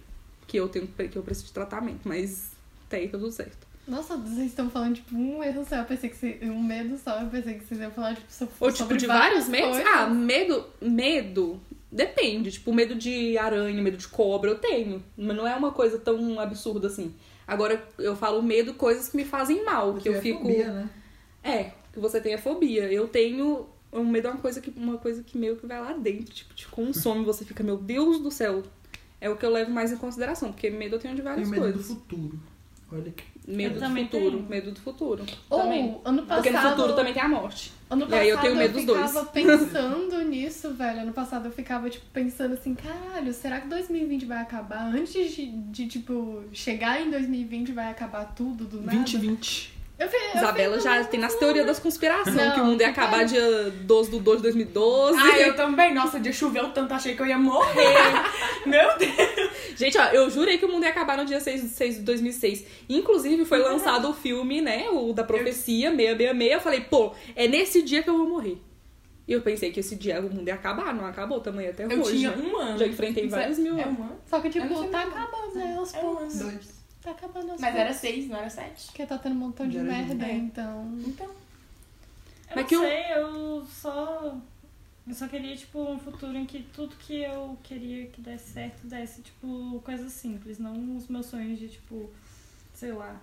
Que eu tenho que eu preciso de tratamento, mas até aí tá tudo certo. Nossa, vocês estão falando, tipo, um erro só. Eu pensei que você... Um medo só. Eu pensei que vocês iam falar, tipo, so... Ou tipo, sobre de vários várias medos? coisas. Ah, medo. Medo. Depende. Tipo, medo de aranha, medo de cobra, eu tenho. Mas não é uma coisa tão absurda assim. Agora eu falo medo, coisas que me fazem mal, que eu É fico. fobia, né? É, que você tenha fobia. Eu tenho. O medo é uma coisa que, uma coisa que meio que vai lá dentro, tipo, te consome, você fica, meu Deus do céu. É o que eu levo mais em consideração, porque medo eu tenho de várias Tenho medo do coisas. futuro. Olha que. Medo do Eu também futuro, tenho. medo do futuro. Ou, Também. ano passado... Porque no futuro também tem a morte. Ano E passado aí eu tenho medo dos dois. ficava pensando *laughs* nisso, velho. Ano passado eu ficava, tipo, pensando assim, caralho, será que 2020 vai acabar? Antes de, de, tipo, chegar em 2020 vai acabar tudo do nada? 2020. Eu, fi- eu Isabela já tem nas teorias das conspirações Não, que o mundo ia fica acabar aí. dia 12 do 2 de 2012. Ah, eu também. Nossa, dia choveu tanto, achei que eu ia morrer. Meu Deus. *laughs* Gente, ó, eu jurei que o mundo ia acabar no dia 6, de 6 de 2006. Inclusive, foi lançado o filme, né? O da profecia, 666. Eu falei, pô, é nesse dia que eu vou morrer. E eu pensei que esse dia o mundo ia acabar. Não acabou também até Eu hoje. tinha né? um ano. Já enfrentei vários mil É anos. um ano? Só que, Eu não sei tipo, tá mesmo. acabando, né? Aos É um poucos. ano. Dois. Tá acabando aos Mas poucos. era seis, não era sete? Porque tá tendo um montão de Era de- merda, é. então... Então. Mas Eu não que eu- sei, eu só. Eu só queria, tipo, um futuro em que tudo que eu queria que desse certo desse, tipo, coisas simples, não os meus sonhos de, tipo, sei lá.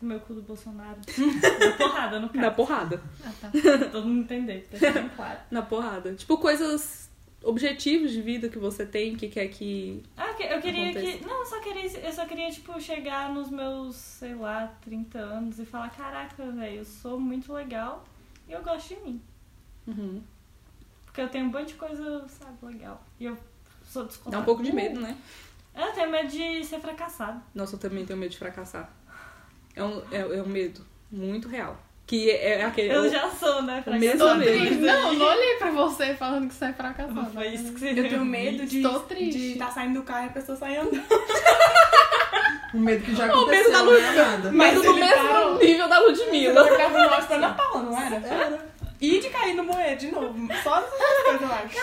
O meu cu *laughs* do Bolsonaro. Na porrada, no Na caso. porrada. Ah, tá. pra Todo mundo entender, pra deixar bem claro. Na porrada. Tipo, coisas. Objetivos de vida que você tem, que quer que. Ah, que- eu queria Acontece. que. Não, eu só queria, eu só queria, tipo, chegar nos meus, sei lá, 30 anos e falar: caraca, velho, eu sou muito legal e eu gosto de mim. Uhum. Porque eu tenho um monte de coisa, sabe, legal. E eu sou descontada. Dá um pouco de medo, né? Eu tenho medo de ser fracassado. Nossa, eu também tenho medo de fracassar. É um, é, é um medo muito real. Que é, é aquele. Eu já sou, né, o mesmo Tô fracassada. medo. triste. Não, não olhei pra você falando que você é Não fracassada. Foi isso que você Eu tenho medo de Estou triste. de tá saindo do carro e a pessoa sai andando. Um medo que já O medo aconteceu. da não é nada. Mas do ele tá- mesmo parou. nível da Eu Ludmilla. tava no nosso Ana Paula, não era? Era. É, né? E de cair no moer de novo. Só essas duas coisas, eu acho.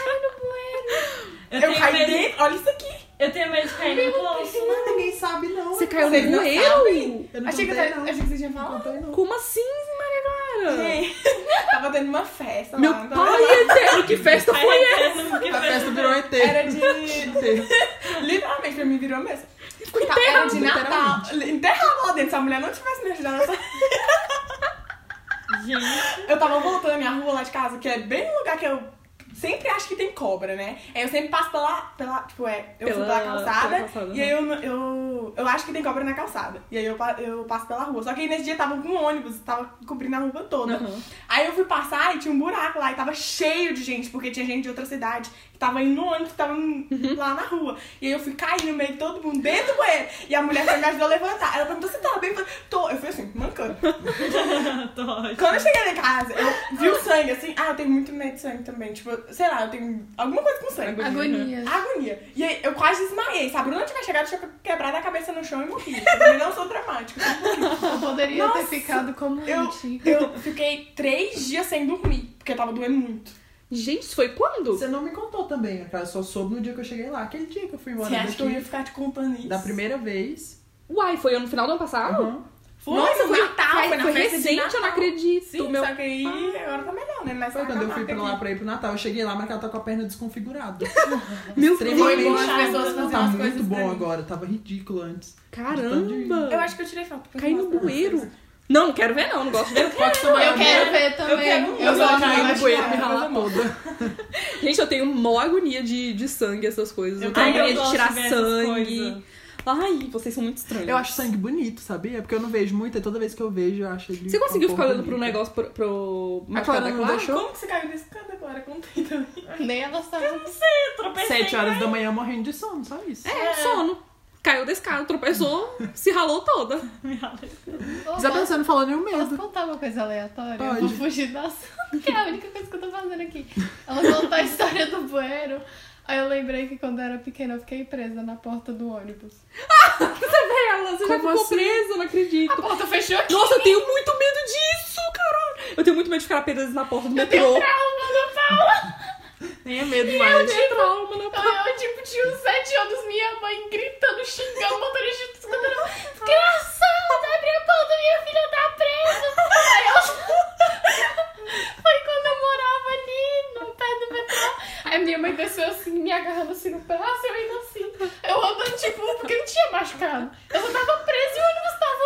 Eu, Eu tenho caí medo, dentro, olha isso aqui. eu tenho medo de cair no né? poço. Ninguém sabe, não. Você caiu Vocês no não eu? sabem. Eu não Achei que, eu contei, tava- não. achei que vocês tinham Não falado. contei, não. Como assim, Maria Clara? Tava tendo uma festa Meu lá. tava- pai é eterno, que festa Ai, foi essa? eterno, que A Tá festa virou ET. Era de. Literalmente, pra mim virou mesmo. Tá, era de Natal. Enterrava lá dentro. Se a mulher não tivesse me ajudado, eu só- Gente, eu tava voltando a minha rua lá de casa, que é bem o um lugar que eu sempre acho que tem cobra, né? Aí eu sempre passo pela. pela tipo, é, eu fui Pela- pela calçada, pela calçada, né? e aí eu, eu, eu acho que tem cobra na calçada. E aí eu, pa- eu passo pela rua. Só que aí nesse dia tava com um ônibus, tava cobrindo a rua toda. Aham. Aí eu fui passar e tinha um buraco lá e tava cheio de gente, porque tinha gente de outra cidade que tava indo no ônibus, que tava indo Uhum. lá na rua. E aí eu fui cair no meio de todo mundo, dentro do banheiro. E a mulher foi me ajudou a levantar. Ela perguntou se tava bem. Eu falei, tô. Eu fui assim, mancando. Tô ótimo. Quando eu cheguei lá em casa, eu vi o sangue, assim, ah, eu tenho muito medo de sangue também. Tipo, sei lá, eu tenho alguma coisa com sangue. Agonia. Agonia. E aí, eu quase desmaiei. Se a Bruna tivesse chegado, eu tinha quebrado a cabeça no chão e morri. Eu também não sou dramática. Eu poderia Nossa, ter ficado como eu- anti. Eu fiquei três dias sem dormir, porque eu tava doendo muito. Gente, isso foi quando? *laughs* Você não me contou também, cara. Eu só soube no dia que eu cheguei lá. Aquele dia que eu fui embora Você acha que eu ia daqui. ficar te contando isso? Da primeira vez. Uai, foi no final do ano passado? Aham. Uhum. Foi Nossa, no foi, Natal, foi, foi na foi festa de recente, eu não Natal. acredito. Sim, meu... só que aí agora tá melhor, né? Mas Foi tá quando eu fui pra acabado lá aqui. pra ir pro Natal. Eu cheguei lá, mas ela tá com a perna desconfigurada. Meu Foi bom Extremamente. as pessoas Não, fazendo tá as muito coisas pra bom mim. agora. Tava ridículo antes. Caramba! Eu acho que eu tirei foto. depois Caí eu no mostro pra vocês. bueiro. Não, não quero ver não, não gosto de ver. Pode tomar Eu quero ver também. quero um. Eu Eu é gosto já de ia no machucar. bueiro me mas eu ralar mostro. toda. Gente, eu tenho mó agonia de, de sangue, essas coisas. Eu Eu tenho também agonia de gosto tirar de ver essas sangue. coisas. Ai, vocês são muito estranhos. Eu acho sangue bonito, sabia? Porque eu não vejo muito, e toda vez que eu vejo, eu acho ele. um Você conseguiu uma ficar cor olhando pro bonita. negócio, pro, pro A machucado Clara da não Clara? deixou? Como que você caiu nesse canto agora? Contei também. Nem ela sabe. Tropecei. Sete horas da manhã morrendo de sono, só isso. É, sono. Caiu da escada, *laughs* tropeçou, se ralou toda. Já Ô, posso- pensando, falando em um Posso medo. contar uma coisa aleatória? Eu Pode. vou fugir da assunto, que *laughs* é a única coisa que eu tô fazendo aqui. Ela contou a história do bueiro. Aí eu lembrei que quando eu era pequena eu fiquei presa na porta do ônibus. Ela, você já Como ficou assim? presa, não acredito. A porta fechou aqui. Nossa, eu tenho muito medo disso, caralho. Eu tenho muito medo de ficar presa na porta do metrô. Nem é medo mais. Tem trauma na porta. Eu, tipo, tinha uns sete anos, minha mãe gritando, xingando, o motorista escutando. Desgraçada, abre a porta, minha filha tá presa. Aí eu... Foi quando eu morava ali, no pé do metrô. Aí minha mãe desceu assim, me agarrando assim no braço, eu indo assim. Eu andando, tipo, porque não tinha machucado. Eu só tava presa e o ônibus tava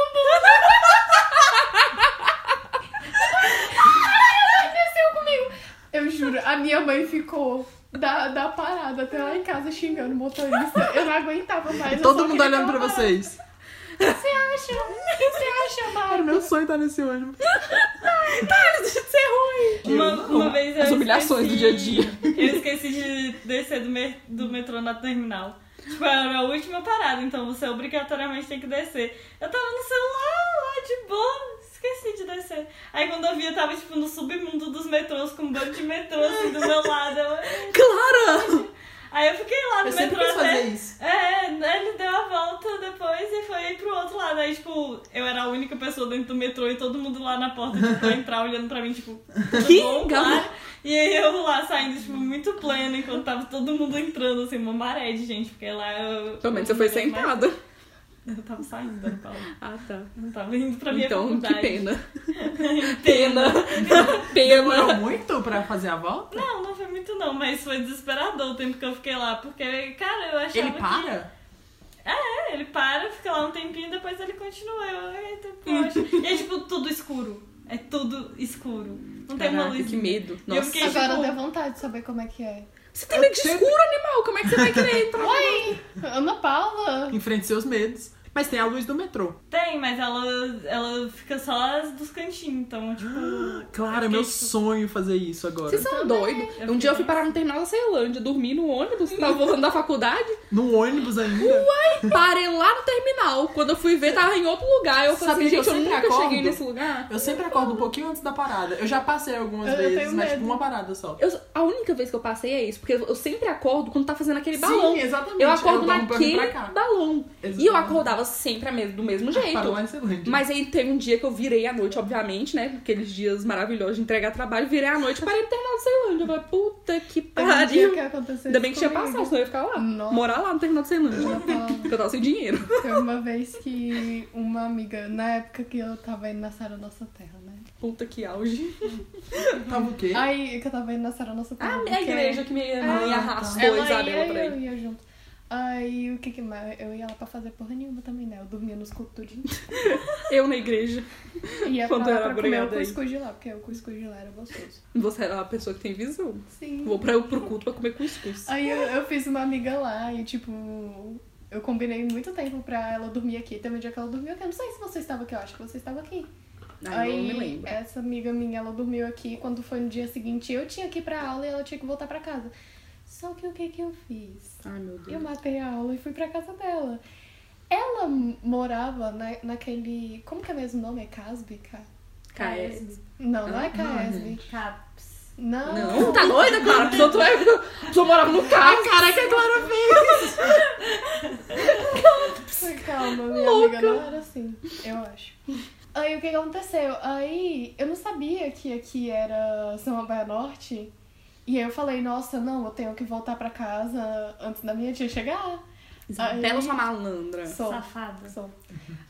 andando. Aí ela desceu comigo. Eu juro, a minha mãe ficou da, da parada até lá em casa xingando o motorista. Eu não aguentava mais. eu só Todo mundo queria olhando pra acabar. vocês. Você acha? Você acha, Mário? Meu sonho tá nesse ônibus. Uma, uma vez eu As humilhações do esqueci- dia a dia. Eu esqueci de descer do, mer- do metrô na terminal. Tipo, era a última parada, então você obrigatoriamente tem que descer. Eu tava no celular, lá de boa, esqueci de descer. Aí quando eu vi, eu tava tipo no submundo dos metrôs, com um bando de metrô assim do meu lado. Eu- Clara! Aí eu fiquei lá no Eu sempre metrô quis até. fazer isso. É, ele deu a volta depois e foi pro outro lado. Aí, tipo, eu era a única pessoa dentro do metrô e todo mundo lá na porta, tipo, entrar olhando pra *laughs* mim, tipo, tudo Que bom, galo. cara? E aí eu lá saindo, tipo, muito plena, enquanto tava todo mundo entrando, assim, uma maré de gente, porque lá eu. Pelo menos você foi sentada. Eu tava saindo da Paula. Ah, tá. Não tava indo pra minha Então, que faculdade. pena. *laughs* Pena. Pena. Demorou muito pra fazer a volta? Não, não foi muito não, mas foi desesperador o tempo que eu fiquei lá, porque, cara, eu achava Ele que. para? É, ele para, fica lá um tempinho, depois ele continua. Eu, eita, *laughs* poxa. e é tipo tudo escuro. É tudo escuro. Não tem uma Caraca, luz. que medo. eu Nossa. fiquei- Agora tipo- deu vontade de saber como é que é. Você tem medo de escuro, animal? Como é que você vai querer entrar? Oi, Ana Paula. Enfrente seus medos. Mas tem a luz do metrô. Tem, mas ela, ela fica só as dos cantinhos, então, tipo. *gasps* Clara, eu meu fiquei, tipo, sonho fazer isso agora. Vocês são doidos. Eu tá Um dia eu fiquei fui parar no assim. terminal da Ceilândia, dormi no ônibus, tava voltando da faculdade, No ônibus ainda. parei lá no terminal. Quando eu fui ver, tava em outro lugar. Eu falei Sabe assim, que eu gente, eu sempre nunca acordo? cheguei nesse lugar. Eu sempre acordo um pouquinho antes da parada. Eu já passei algumas Eu- eu vezes, tenho mas tipo medo. uma parada só. Eu- a única vez que eu passei é isso, porque eu sempre acordo quando tá fazendo aquele balão. Sim, exatamente. eu acordo durmo pra vir naquele pra cá. balão. E Exatamente. Ah, eu acordava sempre a mes- do mesmo um jeito. Parou lá em Ceilândia. Mas aí teve um dia que eu virei à noite, obviamente, né? Aqueles dias maravilhosos de entregar trabalho, virei à noite e parei no terminal da Ceilândia. Eu falei, puta que Teve um dia pariu. que aconteceu Ainda bem que isso tinha comigo. passado, senão eu ia ficar lá. Nossa. Morar lá no terminal da Ceilândia. né? Ana Paula. Porque eu tava sem dinheiro. Foi uma vez que uma amiga, na época que eu tava indo na Sara Nossa Terra, né? Puta que auge. Tava o quê? Aí que eu tava indo na Sara Nossa Terra. Ah, É porque a igreja que me Ah, arrastou ela Isabela ia, pra e ele. eu ia junto. Aí o que que mais? Eu ia lá pra fazer porra nenhuma também, né? Eu dormia nos cultos tudinho. *laughs* Eu na igreja. Ia pra Quando eu lá era pra comer o obrigada aí. cuscuz de lá, porque o cuscuz de lá era gostoso. Você é uma pessoa que tem visão. Sim. Vou pra, pro culto pra comer cuscuz. Aí eu, eu fiz uma amiga lá e, tipo, eu combinei muito tempo pra ela dormir aqui. Teve um dia que ela dormiu aqui. Eu não sei se você estava aqui, eu acho que você estava aqui. Aí é- eu não me lembro. essa amiga minha, ela dormiu aqui. Quando foi no dia seguinte, eu tinha que ir pra aula e ela tinha que voltar pra casa. Só que o que que eu fiz? Ai, meu Deus. Eu matei a aula e fui pra casa dela. Ela m- morava na, naquele. Como que é mesmo o nome? É Casby? Ca- KS. Não, não é Ah, Casby. Caps. Não. Não, tá doida, Clara? A pessoa, tu é, a pessoa morava no carro. Caraca, a Clara fez. Ai, Calma, minha amiga não era assim, eu acho. Aí o que que aconteceu? Aí eu não sabia que aqui era São Abaia Norte. E aí eu falei, nossa, não, eu tenho que voltar pra casa antes da minha tia chegar. Bela sua malandra. Sou, Safada. sou.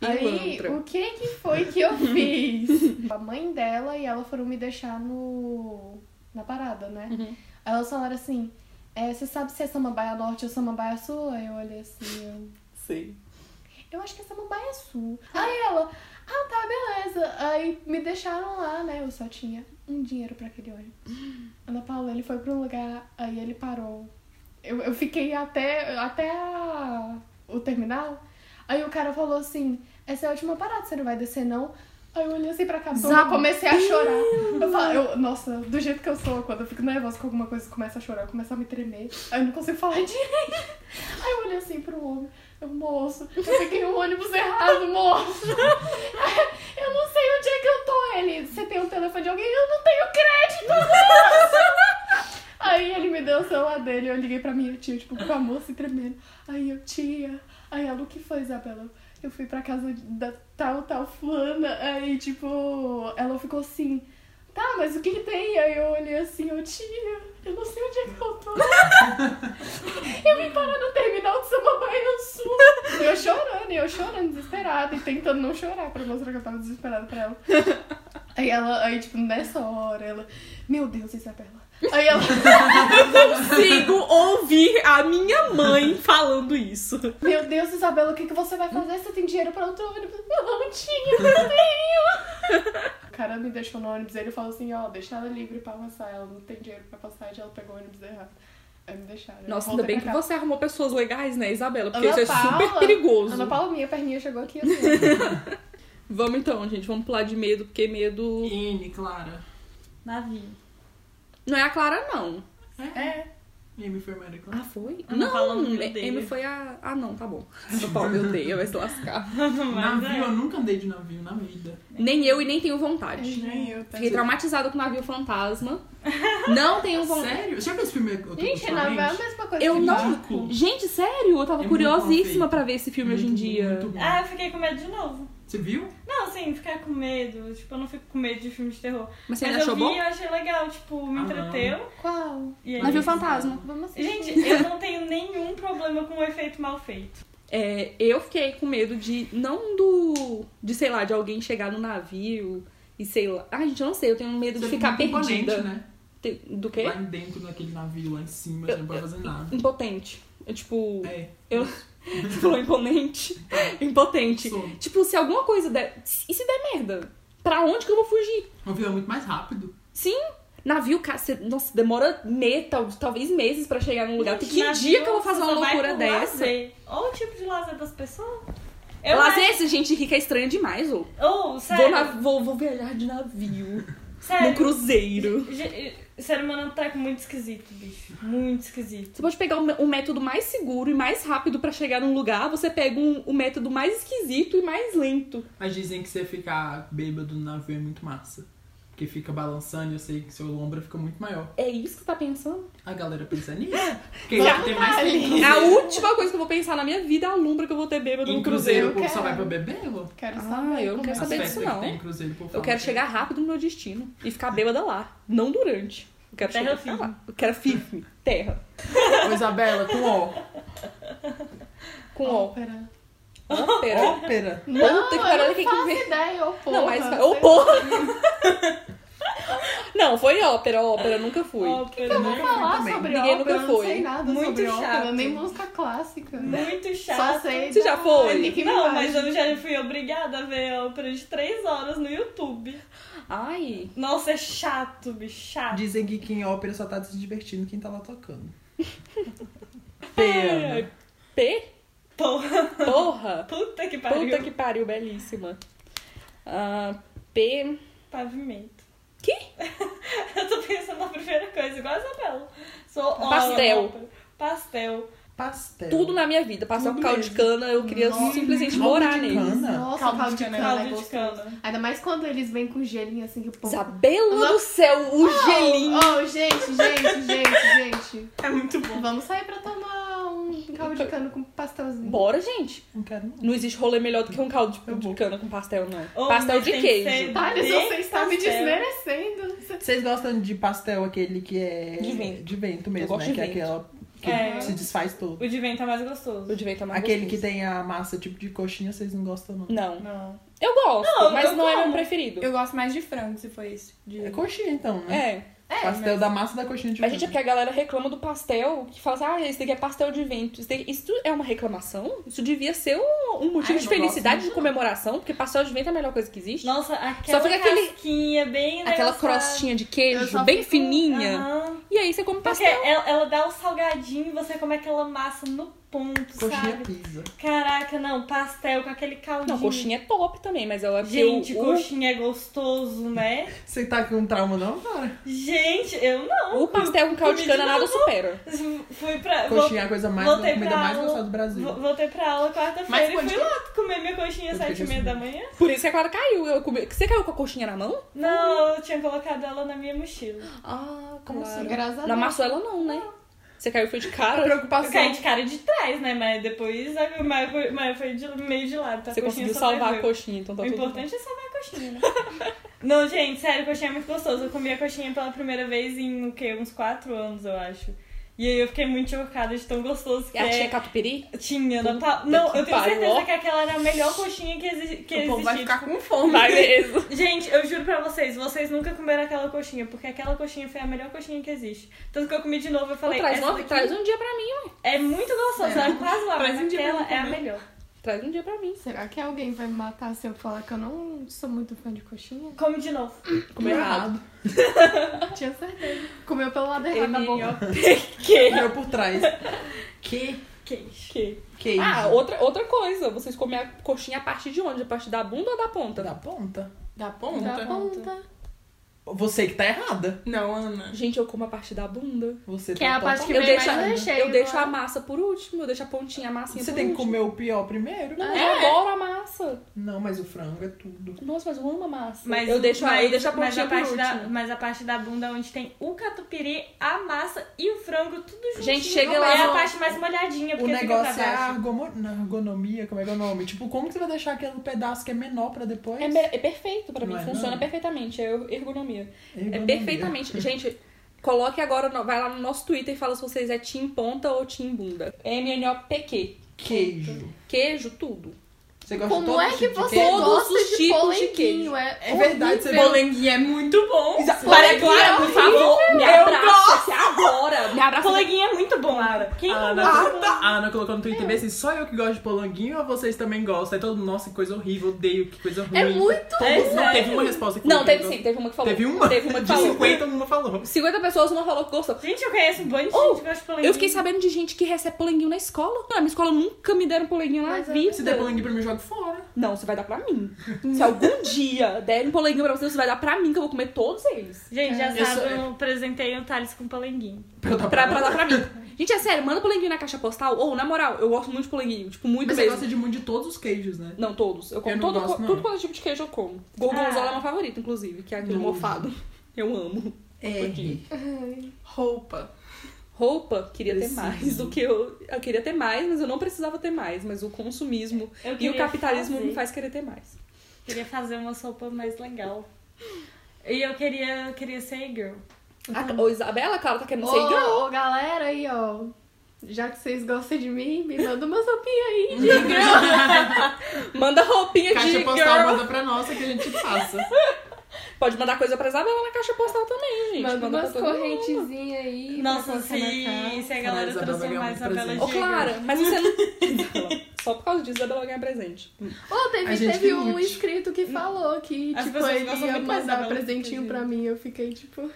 E Aí, outra? o que que foi que eu fiz? A mãe dela e ela foram me deixar no... na parada, né? Aí elas falaram assim, é, você sabe se é Samambaia Norte ou Samambaia Sul? Aí eu olhei assim, eu... Sim. Eu acho que essa mambaia é sul. Aí ela, ah tá, beleza. Aí me deixaram lá, né? Eu só tinha um dinheiro pra aquele ônibus. Ana Paula, ele foi pra um lugar, aí ele parou. Eu, eu fiquei até, até a- o terminal. Aí o cara falou assim: essa é a última parada, você não vai descer não. Aí eu olhei assim pra cá, eu comecei a chorar. Eu falo, eu- nossa, do jeito que eu sou, quando eu fico nervosa com alguma coisa, começa a chorar, começa a me tremer. Aí eu não consigo falar *laughs* direito. Aí eu olhei assim pro homem, eu, moço, eu peguei um ônibus errado, moço. *laughs* Eu não sei onde é que eu tô. Ele, você tem o telefone de alguém? Eu não tenho crédito, moço. Aí ele me deu o celular dele, eu liguei pra minha tia, tipo, com a moça e tremendo. Aí eu, tia. Aí ela, o que foi, Isabela? Eu fui pra casa de- da tal, tal fulana. Aí, tipo, ela ficou assim, tá, mas o que que tem? Aí eu olhei assim, eu, tia, eu não sei onde é que eu tô. *laughs* Eu vim parar no terminal de Samambaia Sul. Eu chorando, e eu chorando, desesperada, e tentando não chorar pra mostrar que eu tava desesperada pra ela. Aí ela, aí tipo, nessa hora, ela, meu Deus, Isabela. Aí ela, Consigo ouvir a minha mãe falando isso. meu Deus, Isabela, o que, que você vai fazer? Você tem dinheiro pra outro ônibus? Eu não tinha, não tenho. O cara me deixou no ônibus, ele falou assim, ó, deixa ela livre pra passar, ela não tem dinheiro pra passagem, ela pegou o ônibus errado. Aí me deixaram. Eu Nossa, ainda voltei bem que pra casa. você arrumou pessoas legais, né, Isabela? Porque Ana isso é super Paula- perigoso. Ana Paula, minha perninha chegou aqui assim. Vamos então, gente, vamos pular de medo, porque medo. Ine, Clara. Davi. Não é a Clara, não. É. Ime enfermeira, Clara. Ah, foi? Ana Paula não, me é- odeia. M foi a. Ah, não, tá bom. Ana Paula me odeia, vai se lascar. navio, é. eu nunca andei de navio na vida. Nem eu e nem tenho vontade. É, Nem eu, Fiquei traumatizada com o navio fantasma. Não tenho vontade. Sério? Você já viu esse filme? Gente, não é a mesma coisa Eu que não. Ridículo. Gente, sério? Eu tava É muito curiosíssima mal feito. pra ver esse filme hoje em dia. Muito bom. Ah, eu fiquei com medo de novo. Você viu? Não, assim, ficar com medo. Tipo, eu não fico com medo de filme de terror. Mas você Mas ainda eu achou vi e bom? eu achei legal. Tipo, me Ah, entreteu. Qual? E aí... Navio Fantasma. Vamos assistir. Gente, eu não tenho nenhum problema com o efeito mal feito. É, eu fiquei com medo de. Não do. De, sei lá, de alguém chegar no navio e sei lá. Ai, gente, eu não sei, eu tenho um medo de é Você ficar fica imponente, perdida. né? Te- Do quê? Lá dentro daquele navio, lá em cima, você não pode fazer *laughs* nada. Impotente. Eu, tipo. É, Eu... Você *laughs* falou imponente? É. Impotente. sou. Tipo, se alguma coisa der. E se der merda? Pra onde que eu vou fugir? O navio é muito mais rápido. Sim! Navio, cara, você- nossa, demora me, tal- talvez meses pra chegar num Um lugar. Gente, que navio, dia que eu vou fazer você uma só vai loucura por dessa? lazer. Olha o tipo de lazer das pessoas. Eu Lazer, esse gente rica é estranha demais, ô. acho- Ou, Vou, sério, É. na- vou, vou viajar de navio. Num sério. cruzeiro. Ge- Ser humano tá muito esquisito, bicho. Muito esquisito. Você pode pegar o mé- o método mais seguro e mais rápido pra chegar num lugar, você pega um- o método mais esquisito e mais lento. Mas dizem que você ficar bêbado no navio é muito massa. Porque fica balançando e eu sei que seu lombra fica muito maior. É isso que você tá pensando? É *laughs* A galera pensa *laughs* nisso. Porque já tem mais tempo. A última coisa que eu vou pensar na minha vida é a lombra que eu vou ter bêbado Em num cruzeiro. cruzeiro, o povo só quero. vai pra beber, lô. Quero Ah, saber. eu não como quero é. saber. As disso, festas que não. tem em cruzeiro, o povo Eu fala quero que- chegar rápido no meu destino e ficar bêbada lá, não durante. Eu quero Terra chegar firme. lá. Eu quero firme, terra, Ô, Isabela, com O. com ó. Ópera. Ópera. Ópera. Não, Puta que eu pariu, não que que faço vem? ideia, ô porra. Não, mas. sei Ô, porra! *laughs* Não, foi ópera, ópera, eu nunca fui. Ópera. Eu nunca fui falar também. sobre Ninguém ópera, nunca eu não foi. sei nada Muito sobre ópera, chato. Né? nem música clássica. Muito Só chato. sei. é Você já da foi? Nicki Não, Minaj. mas eu já fui obrigada a ver ópera de três horas no YouTube. Ai. Nossa, é chato, bicho, chato. Ah, Dizem que quem em ópera só tá se divertindo quem tá lá *laughs* tocando. Ai, Pena. né? P? Porra, Porra! puta que *laughs* pariu. Puta que pariu, belíssima. Ah, P. Pavimento. Que? *laughs* Eu tô pensando na primeira coisa, igual a Isabela. Sou ó- Pastel. ópera. Pastel. Pastel. Tudo na minha vida. Passar Tudo com caldo de mesmo. cana, eu queria Nossa, simplesmente caldo morar de nele. cana. Nossa, Caldo caldo de de cana. cana. é Caldo de gostoso. cana. Ainda mais quando eles vêm com gelinho assim que o povo. Isabela do céu, o gelinho. Oh, gente, gente, gente, gente. É muito bom. Vamos sair pra tomar um caldo de cana com pastelzinho. Bora, gente. Não quero não. Não existe rolê melhor do que um caldo de, Eu de vou. cana com pastel, não. Ô, pastel mas de tem queijo. que ser- Thales, Bem você está me pastel. desmerecendo. Você- Vocês gostam de pastel aquele que é De vento. mesmo, Eu gosto de né? que vento. é aquela que É. se desfaz todo. O de vento é mais gostoso. O de vento é mais Aquele que gostoso. tem a massa tipo de coxinha, vocês não gostam não. Não. Não. Eu gosto, Não, mas eu não é como. meu preferido. Eu gosto mais de frango, se for isso. De... É coxinha então, né? É. pastel da massa da coxinha de Mas, gente, é frango. porque a galera reclama do pastel, que fala assim, ah, esse daqui é pastel de vento. Isso, daqui- isso é uma reclamação? Isso devia ser um, um motivo Ai, eu de não gosto felicidade, muito, de comemoração, porque pastel de vento é a melhor coisa que existe. Nossa, aquela fica aquele- casquinha bem Aquela engraçada. crostinha de Eu queijo, só bem fico- fininha. Aham. E aí você come Porque pastel. ela, ela dá o salgadinho e você come aquela massa no ponto, Coxinha sabe? pizza. Caraca, não, pastel com aquele caldinho. Não, coxinha é top também, mas eu acho Gente, que o, coxinha é gostoso, né? Você tá com trauma não, cara? Gente, eu não. o pastel com caldo de Comi é de cana nada supera. Fui pra. Coxinha é a coisa mais, voltei a comida pra mais aula. gostosa do é Brasil. Vo- Voltei pra aula Mas quarta-feira e pode- fui lá comer minha coxinha às Pode sete e meia pedir da assim. manhã. Por isso que a Clara caiu. Eu comi- Você caiu com a coxinha na mão? Não, eu tinha colocado ela na minha mochila. Ah, Nossa, claro. graças Na a Deus. maçoela não, né? Você caiu foi de A cara. Eu preocupação. caí de cara de trás, né? Mas depois a- mas foi, mas foi de- meio de lado. Tá? A Você coxinha conseguiu só salvar a ferveu. coxinha, então tá O tudo bem. importante é salvar a coxinha, né? *laughs* Não, gente, sério, coxinha é muito gostoso. Eu comi a coxinha pela primeira vez em o quê? Uns quatro anos, eu acho. E aí eu fiquei muito chocada de tão gostoso que E a é. tia *laughs* catupiry? Tinha, na Puta pa... Não, que eu tenho pariu, certeza ó. que aquela era a melhor coxinha que, exi... que O existia. povo vai ficar com fome. Vai mesmo. Gente, eu juro pra vocês, vocês nunca comeram aquela coxinha, porque aquela coxinha foi a melhor coxinha que existe. Tanto que eu comi de novo, eu falei, Traz, essa uma- daqui traz um dia pra mim, ué. é muito gostosa, ela é quase lá, Traz mas um dia pra aquela mim é a comer. melhor. Traz um dia pra mim. Será que alguém vai me matar se eu falar que eu não sou muito fã de coxinha? Come de novo. Comer Tá errado. *laughs* Tinha certeza. Comeu pelo lado errado da boca. Que? Comeu por trás. que Queijo. Que? queijo. Ah, outra, outra coisa. Vocês comem a coxinha a partir de onde? A partir da bunda ou da ponta? Da ponta. Da Da ponta? ponta. Você que tá errada. Não, Ana. Gente, eu como a partir da bunda. Você Que tá é a totalmente- parte que Eu vem deixo, mais a- no recheio. eu deixo né? a massa por último, eu deixo a pontinha, a massinha Você por tem que último. É. comer o pior primeiro? né? Não, Eu adoro a massa. Não, mas o frango é tudo. Nossa, mas eu amo a massa. Mas, eu, deixo a, eu mas- deixo a mas pontinha a parte por da, último. Mas a parte da bunda onde tem o catupiry, a massa e o frango, tudo juntinho. Gente, chega lá É a no- parte mais molhadinha, O porque negócio fica é pra a baixo. ergomo- na ergonomia, como é que é o nome? Tipo, como que você vai deixar aquele pedaço que é menor pra depois? É, per- é perfeito pra mim, Não é funciona não? perfeitamente, é ergonomia. É Ergonomia. perfeitamente. Gente, coloque agora, no- vai lá no nosso Twitter e fala se vocês é Team Ponta ou Team Bunda. MNOPQ. Queijo. Queijo, tudo. Você gosta de Como todo é que tipo de você queijo? Todos os gosta de tipos de polenguinho? É, É verdade, você horrível. Polenguinho é muito bom. Isa- é Para, Clara, por Polenguinho favor. Me Eu abraça aqui agora! Me abraça aqui. Coleguinha é muito bom. Quem A não Ana, gosta? Ah, a Ana colocou no Twitter bem assim, só eu que gosto de polanguinho ou vocês também gostam? Aí todo mundo, nossa, que coisa horrível, odeio, que coisa ruim. É muito Todo ruim. mundo- Não, teve uma resposta que Não, falou que teve eu sim, teve uma que falou. Teve uma? Teve uma que de falou. 50, uma falou. 50 pessoas, uma falou que gostou. Gente, eu conheço um bando de Oh, gente que gosta de polenguinho. Eu fiquei sabendo de gente que recebe polenguinho na escola. Na minha escola nunca me deram polenguinho na Mas é- vida. Se der polanguinho pra mim, eu jogo fora. Não, você vai dar pra mim. Se *laughs* algum dia derem polenguinho pra você, você vai dar pra mim, que eu vou comer todos eles. Gente, já Eu sabe, sou- eu apresentei o Thales com polenguinho. Pra eu dar Pra, pra dar pra mim. Gente, é sério, manda polenguinho na caixa postal. Ou, na moral, eu gosto muito de polenguinho. Tipo, muito Mas é você mesmo. gosta de muito de todos os queijos, né? Não, todos. Eu como Eu não todo, gosto, não. tudo quanto é tipo de queijo eu como. Gorgonzola Ah. é meu favorito, inclusive, que é aquele Nojo. mofado. Eu amo. R. Roupa. Roupa, queria Preciso. ter mais do que eu. Eu queria ter mais, mas eu não precisava ter mais. Mas o consumismo Eu e o queria capitalismo fazer- me faz querer ter mais. Queria fazer uma sopa mais legal. E eu queria, eu queria ser girl. A, ô, Isabela, claro, tá querendo ser girl. Ô, ô, galera aí, ó. Já que vocês gostam de mim, me manda uma sopinha aí de girl. Manda roupinha de Caixa girl. *laughs* postal manda pra nós que a gente passa. Pode mandar coisa pra Isabela na caixa postal também, gente. Manda Manda pra umas todo mundo. correntezinhas aí. pra Nossa, colocar na cara. se, se a Caralho, galera Isabela vai ganhar transformar um essa pela presente. Ô, Clara, mas você *laughs* não. Só por causa disso, Isabela vai ganhar presente. Ô, A teve, gente teve que um lute. inscrito que falou que, As tipo, pessoas ele gostam ia muito mais mandar um dela do que presentinho de- pra mim. Eu fiquei, tipo...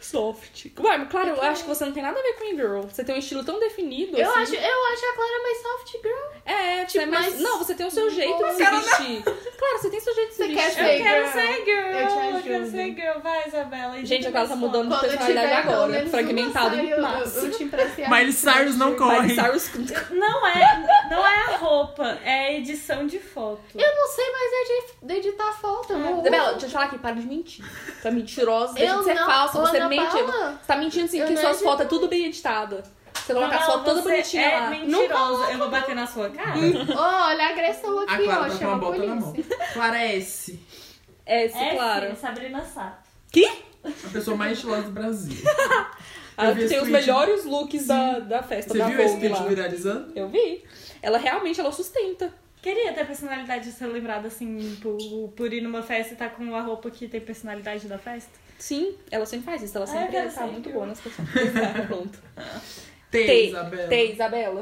Soft. Ué, mas Clara, eu acho que você não tem nada a ver com Girl. Você tem um estilo tão definido. Eu assim. acho, eu acho a Clara mais soft girl. É, tipo, Tipo, mas. mas- Não, você tem o seu jeito Boa. de se vestir. Claro, você tem o seu jeito de se Você quer vestir. Eu Sei, quero girl. ser girl. Eu te Eu, quero ajudo. ser girl. Vai, Isabela. e Gente, a Clara tá dimensiona. mudando Quando eu personalidade tiver pelo agora. menos Fragmentado uma em saia, eu, massa. eu, eu te emprestei a Miley Cyrus não minha. corre. Miley Cyrus com- Não é, não é a roupa, é a edição de foto. Eu não sei mais edi- de editar foto. Eu não uso. Ah, Bela, deixa eu te falar aqui, para de mentir. Você é mentirosa, deixa de Eu ser não- falsa, Ô, você Ana mente. Paula, Você tá mentindo assim, eu que não suas edito. fotos é tudo bem editado. Você coloca a Não, foto toda você bonitinha é lá. mentirosa. Eu vou bater na sua cara. Ô, olha a agressão A aqui, Clara ó. tá com Chama uma a bota na mão. polícia. Clara é S. É, esse, É, claro. sim, Sabrina Sato. Que? A pessoa mais estilosa do Brasil. *laughs* Ela Eu vi que esse tem os tweet. melhores looks da, da festa Você da viu esse Vogue vídeo lá. viralizando? Eu vi. Ela realmente, ela sustenta. Queria ter personalidade de ser lembrada assim por, por ir numa festa e tá com uma roupa que tem personalidade da festa. Sim, ela sempre faz isso. Ela Ah, eu sempre quero tá ser, muito viu? boa nas pessoas. Tá, *laughs* Pronto. T, Isabela. T, Isabela.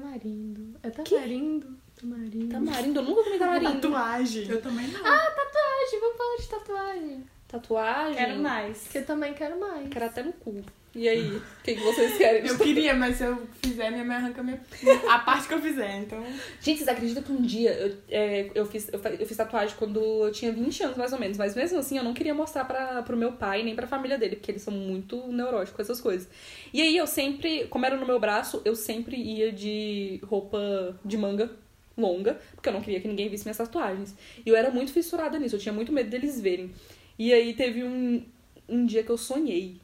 Tamarindo. É tamarindo? Tamarindo. Tamarindo, eu nunca comi tamarindo. Tatuagem. Eu também não. Ah, tatuagem. Vamos falar de tatuagem. Tatuagem. Quero mais. Que eu também quero mais. Quero até no cu. E aí? O que, que vocês querem? Eu queria, mas se eu fizer, minha mãe arranca minha... *laughs* a parte que eu fizer, então... Gente, vocês acreditam que um dia eu, é, eu, fiz, eu, fa- eu fiz tatuagem quando eu tinha 20 anos, mais ou menos. Mas mesmo assim, eu não queria mostrar pra, pro meu pai nem pra família dele, porque eles são muito neuróticos com essas coisas. E aí eu sempre, como era no meu braço, eu sempre ia de roupa de manga longa, porque eu não queria que ninguém visse minhas tatuagens. E eu era muito fissurada nisso, eu tinha muito medo deles verem. E aí teve um, um dia que eu sonhei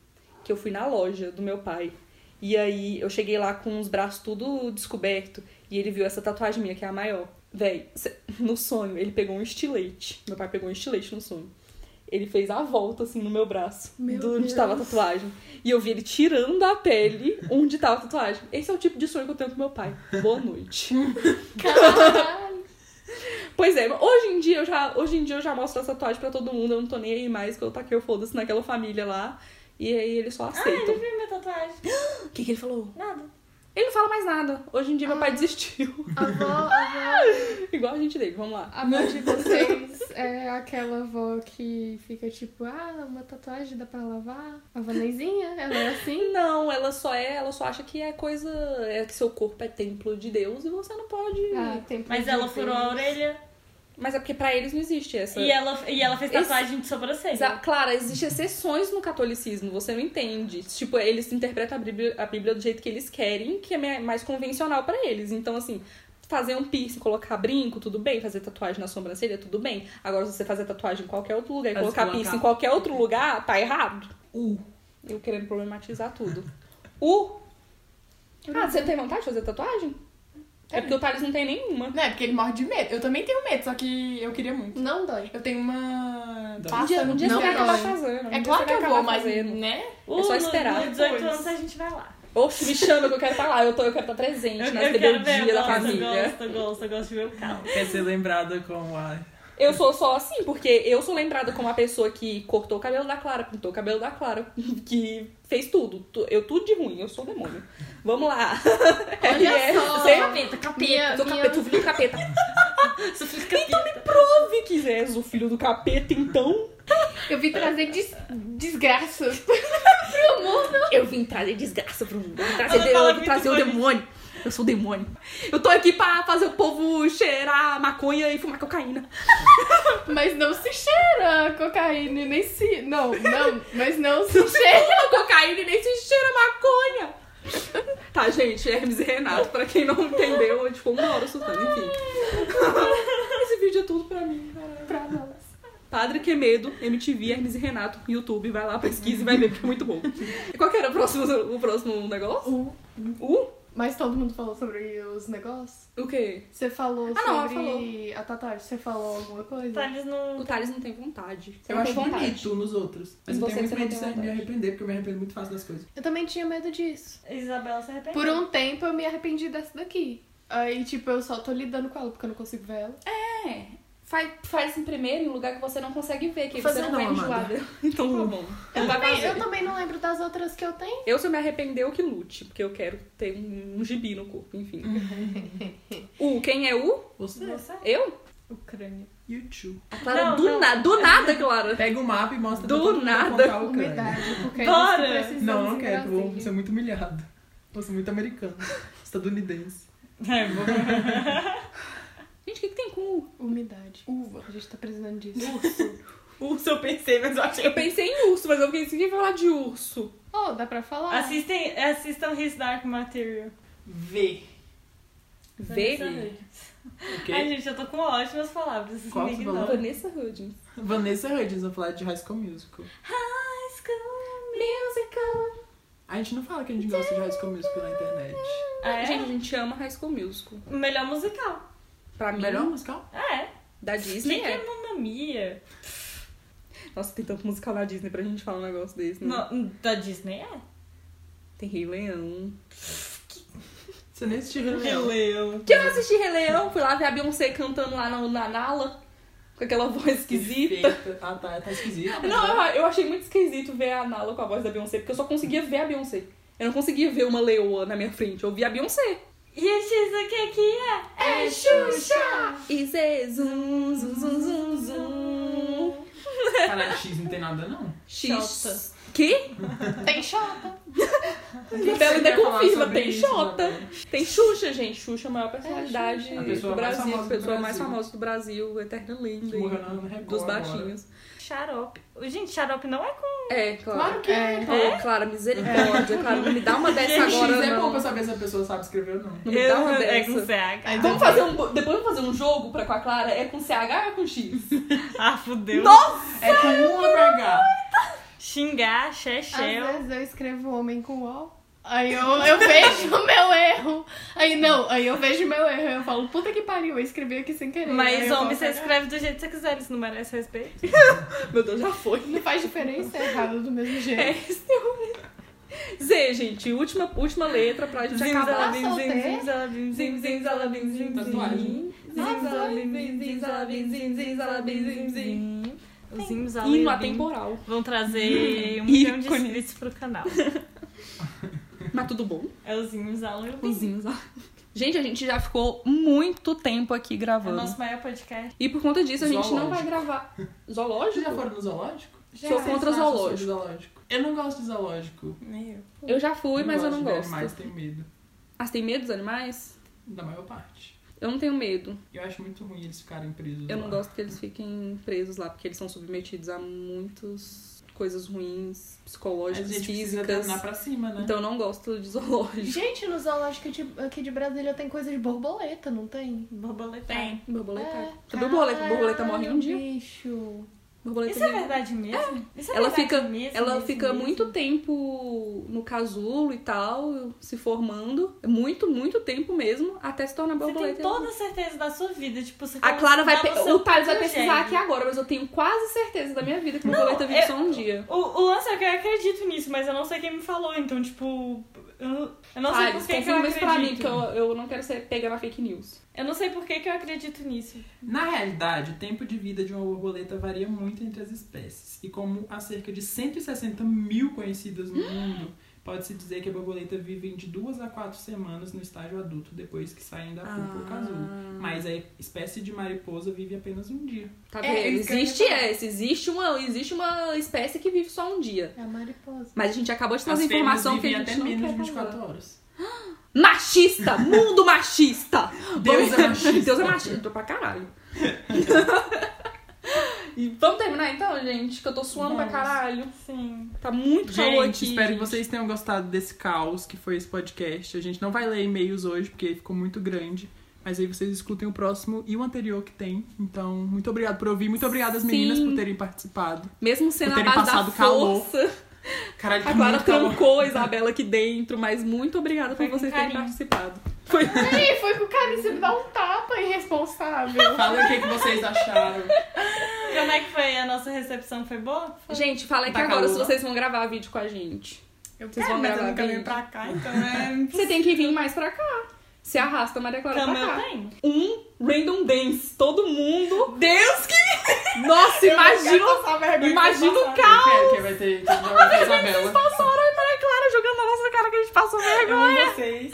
que eu fui na loja do meu pai. E aí eu cheguei lá com os braços tudo descoberto e ele viu essa tatuagem minha, que é a maior. Véi, cê- no sonho, ele pegou um estilete. Meu pai pegou um estilete no sonho. Ele fez a volta, assim, no meu braço. Meu do onde tava a Deus. tatuagem. E eu vi ele tirando a pele onde tava a tatuagem. Esse é o tipo de sonho que eu tenho com meu pai. Boa noite. Caralho. Pois é, hoje em dia eu já, hoje em dia eu já mostro essa tatuagem pra todo mundo, eu não tô nem aí mais, que eu taquei o foda-se naquela família lá. E aí eles só Ah, ele aceitam. viu minha tatuagem. O que, que ele falou? Nada. Ele não fala mais nada. Hoje em dia meu pai desistiu. *laughs* A avó, a avó, Igual a gente dele, vamos lá. a avó de vocês é aquela avó que fica tipo, ah, uma tatuagem dá pra lavar? A vanezinha, ela é assim? Não, ela só é, ela só acha que é coisa. É que seu corpo é templo de Deus e você não pode. Ah, tem Mas pra ela dizer. furou a orelha Mas é porque pra eles não existe essa. e ela, e ela fez Esse- tatuagem de sobrancelha. Exa- Clara, existem exceções no catolicismo, você não entende. Tipo, eles interpretam a Bíblia, a Bíblia do jeito que eles querem, que é me- mais convencional pra eles. Então, assim, fazer um piercing, colocar brinco, tudo bem. Fazer tatuagem na sobrancelha, tudo bem. Agora, se você fazer tatuagem em qualquer outro lugar e Mas colocar, colocar- piercing em qualquer outro lugar, tá errado. U. Eu querendo problematizar tudo. O. Ah, você tem vontade de fazer tatuagem? É porque o Thales não tem nenhuma. Não, é porque ele morre de medo. Eu também tenho medo, só que eu queria muito. Não dói. Eu tenho uma... Dói. Um dia, Passa um no dia não você vai dói. acabar fazendo. um É dia claro você que vai eu acabar vou, mas... fazendo. Né? Uh, é só no- esperar. No 18 Pois. anos a gente vai lá. Oxe, me chama que eu quero estar lá. Eu, tô, eu quero estar presente Eu, na eu quero ver, rebeldia da eu gosto, eu família. gosto, eu gosto, eu gosto de ver o carro. Quer ser lembrada como a. Eu sou só assim, porque eu sou lembrada como a pessoa que cortou o cabelo da Clara, pintou o cabelo da Clara, *laughs* que fez tudo. Tu- Eu tudo de ruim, eu sou demônio. Vamos lá. *laughs* Olha É, só. você- Capeta, capeta. Sou capeta, sou filho do *laughs* capeta. Sou filho de capeta. tipo- Prove que és o filho do capeta, então. Eu vim trazer des... desgraça. Eu vim trazer desgraça pro mundo. Eu vim Ela trazer, fala eu vim muito trazer o bonito. demônio. Eu sou o demônio. Eu tô aqui pra fazer o povo cheirar maconha e fumar cocaína. Mas não se cheira a cocaína e nem se. Não, não, mas não *laughs* se cheira. Fuma cocaína e nem se cheira maconha. Tá, gente, Hermes e Renato, pra quem não entendeu, tipo, uma hora surtando, *laughs* enfim. Esse vídeo é tudo pra mim, caralho. pra nós. Padre Que Medo, MTV, Hermes e Renato, YouTube, vai lá, pesquisa e vai ver, porque é muito bom. E qual que era o próximo, o próximo negócio? O- O? Mas todo mundo falou sobre os negócios? O quê? Você falou Ah, não, ela sobre a tatuagem. Você falou alguma coisa? Thales não. O Thales não tem vontade. Você Eu não acho tem vontade. bonito nos outros. Mas Em eu você você tenho muito não medo tem de ser- me vontade. arrepender, porque eu me arrependo muito fácil das coisas. Eu também tinha medo disso. Isabela se arrependeu. Por um tempo eu me arrependi dessa daqui. Aí, tipo, eu só tô lidando com ela porque eu não consigo ver ela. É. Faz, faz em primeiro, em um lugar que você não consegue ver, que Vou você fazer não vai não, Amanda. enjoada. *laughs* Então tá bom. Não vai Bem, fazer. eu também não lembro das outras que eu tenho. Eu, se eu me arrepender, eu que lute, porque eu quero ter um, um gibi no corpo, *laughs* enfim. o, quem é o? Você. Você? Eu? Ucrânia. YouTube. A Clara, Não, do, não. Na, do nada, *laughs* Clara. Pega o mapa e mostra Do pra todo mundo nada. encontrar o crânio. Humildade, porque Bora! nós precisamos Não, não ir quero, que eu vou assim. ser muito humilhado. Vou ser muito americano, *laughs* estadunidense. É, vou... Gente, o que, que tem com o? Umidade. Uva. A gente tá precisando disso. Urso eu pensei, mas eu achei. Eu pensei em urso, mas eu fiquei assim, quem vai falar de urso? *laughs* Oh, dá pra falar? Assistem, assistam His Dark Material. V. Vê? Ai, Ok? gente, eu tô com ótimas palavras. Vocês Qual me que ignoram. falou? Vanessa Hudgens. Vanessa Hudgens, vou falar de High School Musical. High School Musical. A gente não fala que a gente gosta de High School Musical na internet. Ah, é? Gente, a gente ama High School Musical. Melhor musical. Pra mim, Melhor musical? Ah, é. da Disney Quem que é. é Mamma Mia? Nossa, tem tanto musical na Disney pra gente falar um negócio desse, né? No- da Disney é. Tem Rei Leão. Você nem assistiu Rei Leão. Leão. Que eu não assisti Rei Leão, fui lá ver a Beyoncé cantando lá na, na Nala, com aquela voz esquisita. Perfeita. Ah, tá, tá esquisito. Não, eu, eu achei muito esquisito ver a Nala com a voz da Beyoncé, porque eu só conseguia ver a Beyoncé. Eu não conseguia ver uma leoa na minha frente, eu via a Beyoncé. E a X, o que que é? É Xuxa! E Zê, zum, zum, zum, zum, zum. Caralho, X não tem nada, não. X. Que? Tem chota. A Bela ainda confirma, tem Xota. Tem Xuxa, gente. Xuxa é a maior personalidade É, a do pessoa mais Brasil. famosa A do pessoa mais Brasil. famosa do Brasil, eterna lenda. Tipo, Morreu e na Record Dos agora. baixinhos. Xarope. Gente, xarope não é com... É, claro. Claro que é. Ô, Clara, misericórdia, Clara, não me dá *laughs* uma dessa X agora, é não. bom pra saber se a pessoa sabe escrever ou não. Não me dá uma é com dessa. CH. Vamos fazer um. Depois vamos fazer um jogo pra com a Clara. É com CH ou é com X? Ah, fudeu. É com um ABH. Xingar, xé, Às xé. vezes eu escrevo homem com O. Aí eu, eu vejo o meu erro. Aí não, aí eu vejo o meu erro. Eu falo, puta que pariu, eu escrevi aqui sem né? querer. Aí Mas eu homem, falo, você escreve do jeito que você quiser. Isso não merece respeito. Meu Deus, já foi. Não faz diferença, é errado do mesmo É jeito. esse é o- Z, gente, última, última letra pra gente acabar. zalabim, solteiro. zalabim, Zim, zim, zalabim, zim, zim. Tatuagem. Zim, zalabim, zim, zim, zalabim, zim, zim, zalabim, zim, zim. um Zim, Hino zalabim. atemporal. Vão *laughs* trazer um milhão de Ícone. inscritos pro canal. Mas tudo bom. É o Zim, zalabim. Os zim, zalabim. Gente, a gente já ficou muito tempo aqui É o gravando. nosso maior podcast. E por conta disso, a gente não vai Zoológico. gravar. Vocês já Zoológico? foram no zoológico? Sou contra Vocês acham sobre é zoológico. zoológico? Eu não gosto de zoológico. Meu. Eu já fui, mas eu não de gosto. Animais tenho medo. Ah, você tem medo dos animais? Da maior parte. Eu não tenho medo. Eu acho muito ruim eles ficarem presos. Eu não lá. gosto que eles fiquem presos lá, porque eles são submetidos a muitas coisas ruins, Mas A psicológicas, gente precisa físicas. terminar pra cima, né? Então eu não gosto de zoológico. Gente, no zoológico de- aqui de Brasília tem coisa de borboleta, não tem? Borboleta. Tem. *laughs* Borboleta. É. Borboleta, Caralho, borboleta morre um dia. Bicho. Borboleta Isso é morre. verdade mesmo? Isso é Ela verdade fica, mesmo, ela mesmo, fica mesmo? muito tempo no casulo e tal, se formando. É Muito, muito tempo mesmo, até se tornar Você borboleta. tem toda a certeza da sua vida. Tipo, você A Clara vai. tá no pe- seu O Thales vai próprio pesquisar gênio. aqui agora, mas eu tenho quase certeza da minha vida que Não, borboleta vive eu- só um dia. O, o lance é que eu acredito nisso, mas eu não sei quem me falou, então, tipo. Eu, eu não sei Thales, por que, que eu confirma isso pra mim, acredito. porque eu, eu não quero ser pega na fake news. Eu não sei por que, que eu acredito nisso. Na realidade, o tempo de vida de uma borboleta varia muito entre as espécies. E como há cerca de 160 mil conhecidas no Hum! mundo, pode-se dizer que a borboleta vive de duas a quatro semanas no estágio adulto depois que saem da pupa ou casulo. Ah. Mas a espécie de mariposa vive apenas um dia. Tá É, vendo? isso que eu ia existe falar. essa, existe uma, existe uma espécie que vive só um dia. É a mariposa. Mas a gente acabou de As trazer fêmeas informação que a vivem gente até não menos de quer 24 falar. horas. Machista! Mundo machista! *laughs* Deus Vamos- é machista. Deus é machista pra *laughs* caralho. E Vamos terminar então, gente, que eu tô suando pra Vamos. caralho. Sim. Tá muito calor Gente, aqui. espero que vocês tenham gostado desse caos que foi esse podcast. A gente não vai ler e-mails hoje, porque ficou muito grande. Mas aí vocês escutem o próximo e o anterior que tem. Então, muito obrigado por ouvir. Muito obrigada às Sim. meninas por terem participado. Mesmo sendo Por a terem base da passado calor. força. Caralho, A tá Clara muito calor. trancou a Isabela aqui dentro, mas muito obrigada Foi por com vocês terem carinho. participado. Foi Ei, foi com o cara, você me dá um tapa irresponsável. Fala o que, que vocês acharam. Como é que foi? A nossa recepção foi boa? Foi. Gente, fala aqui Tá agora calor. se vocês vão gravar vídeo com a gente. Eu Vocês quero, vão mas eu gravar nunca vídeo? vim pra cá, então é. *laughs* Você tem que vir mais pra cá. Se arrasta, Maria Clara, é Cama pra eu cá. tenho. Um Random Dance, todo mundo. Deus que Nossa, *laughs* imagina. imagina o carro. Quem, quem vai ter? Quem vai ter Isabela? Passaram a Maria Clara jogando na nossa cara que a gente passou Eu vergonha. amo vocês.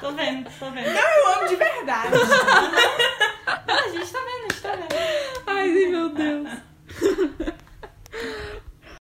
Tô vendo, tô *laughs* vendo. Não, eu amo de verdade. tá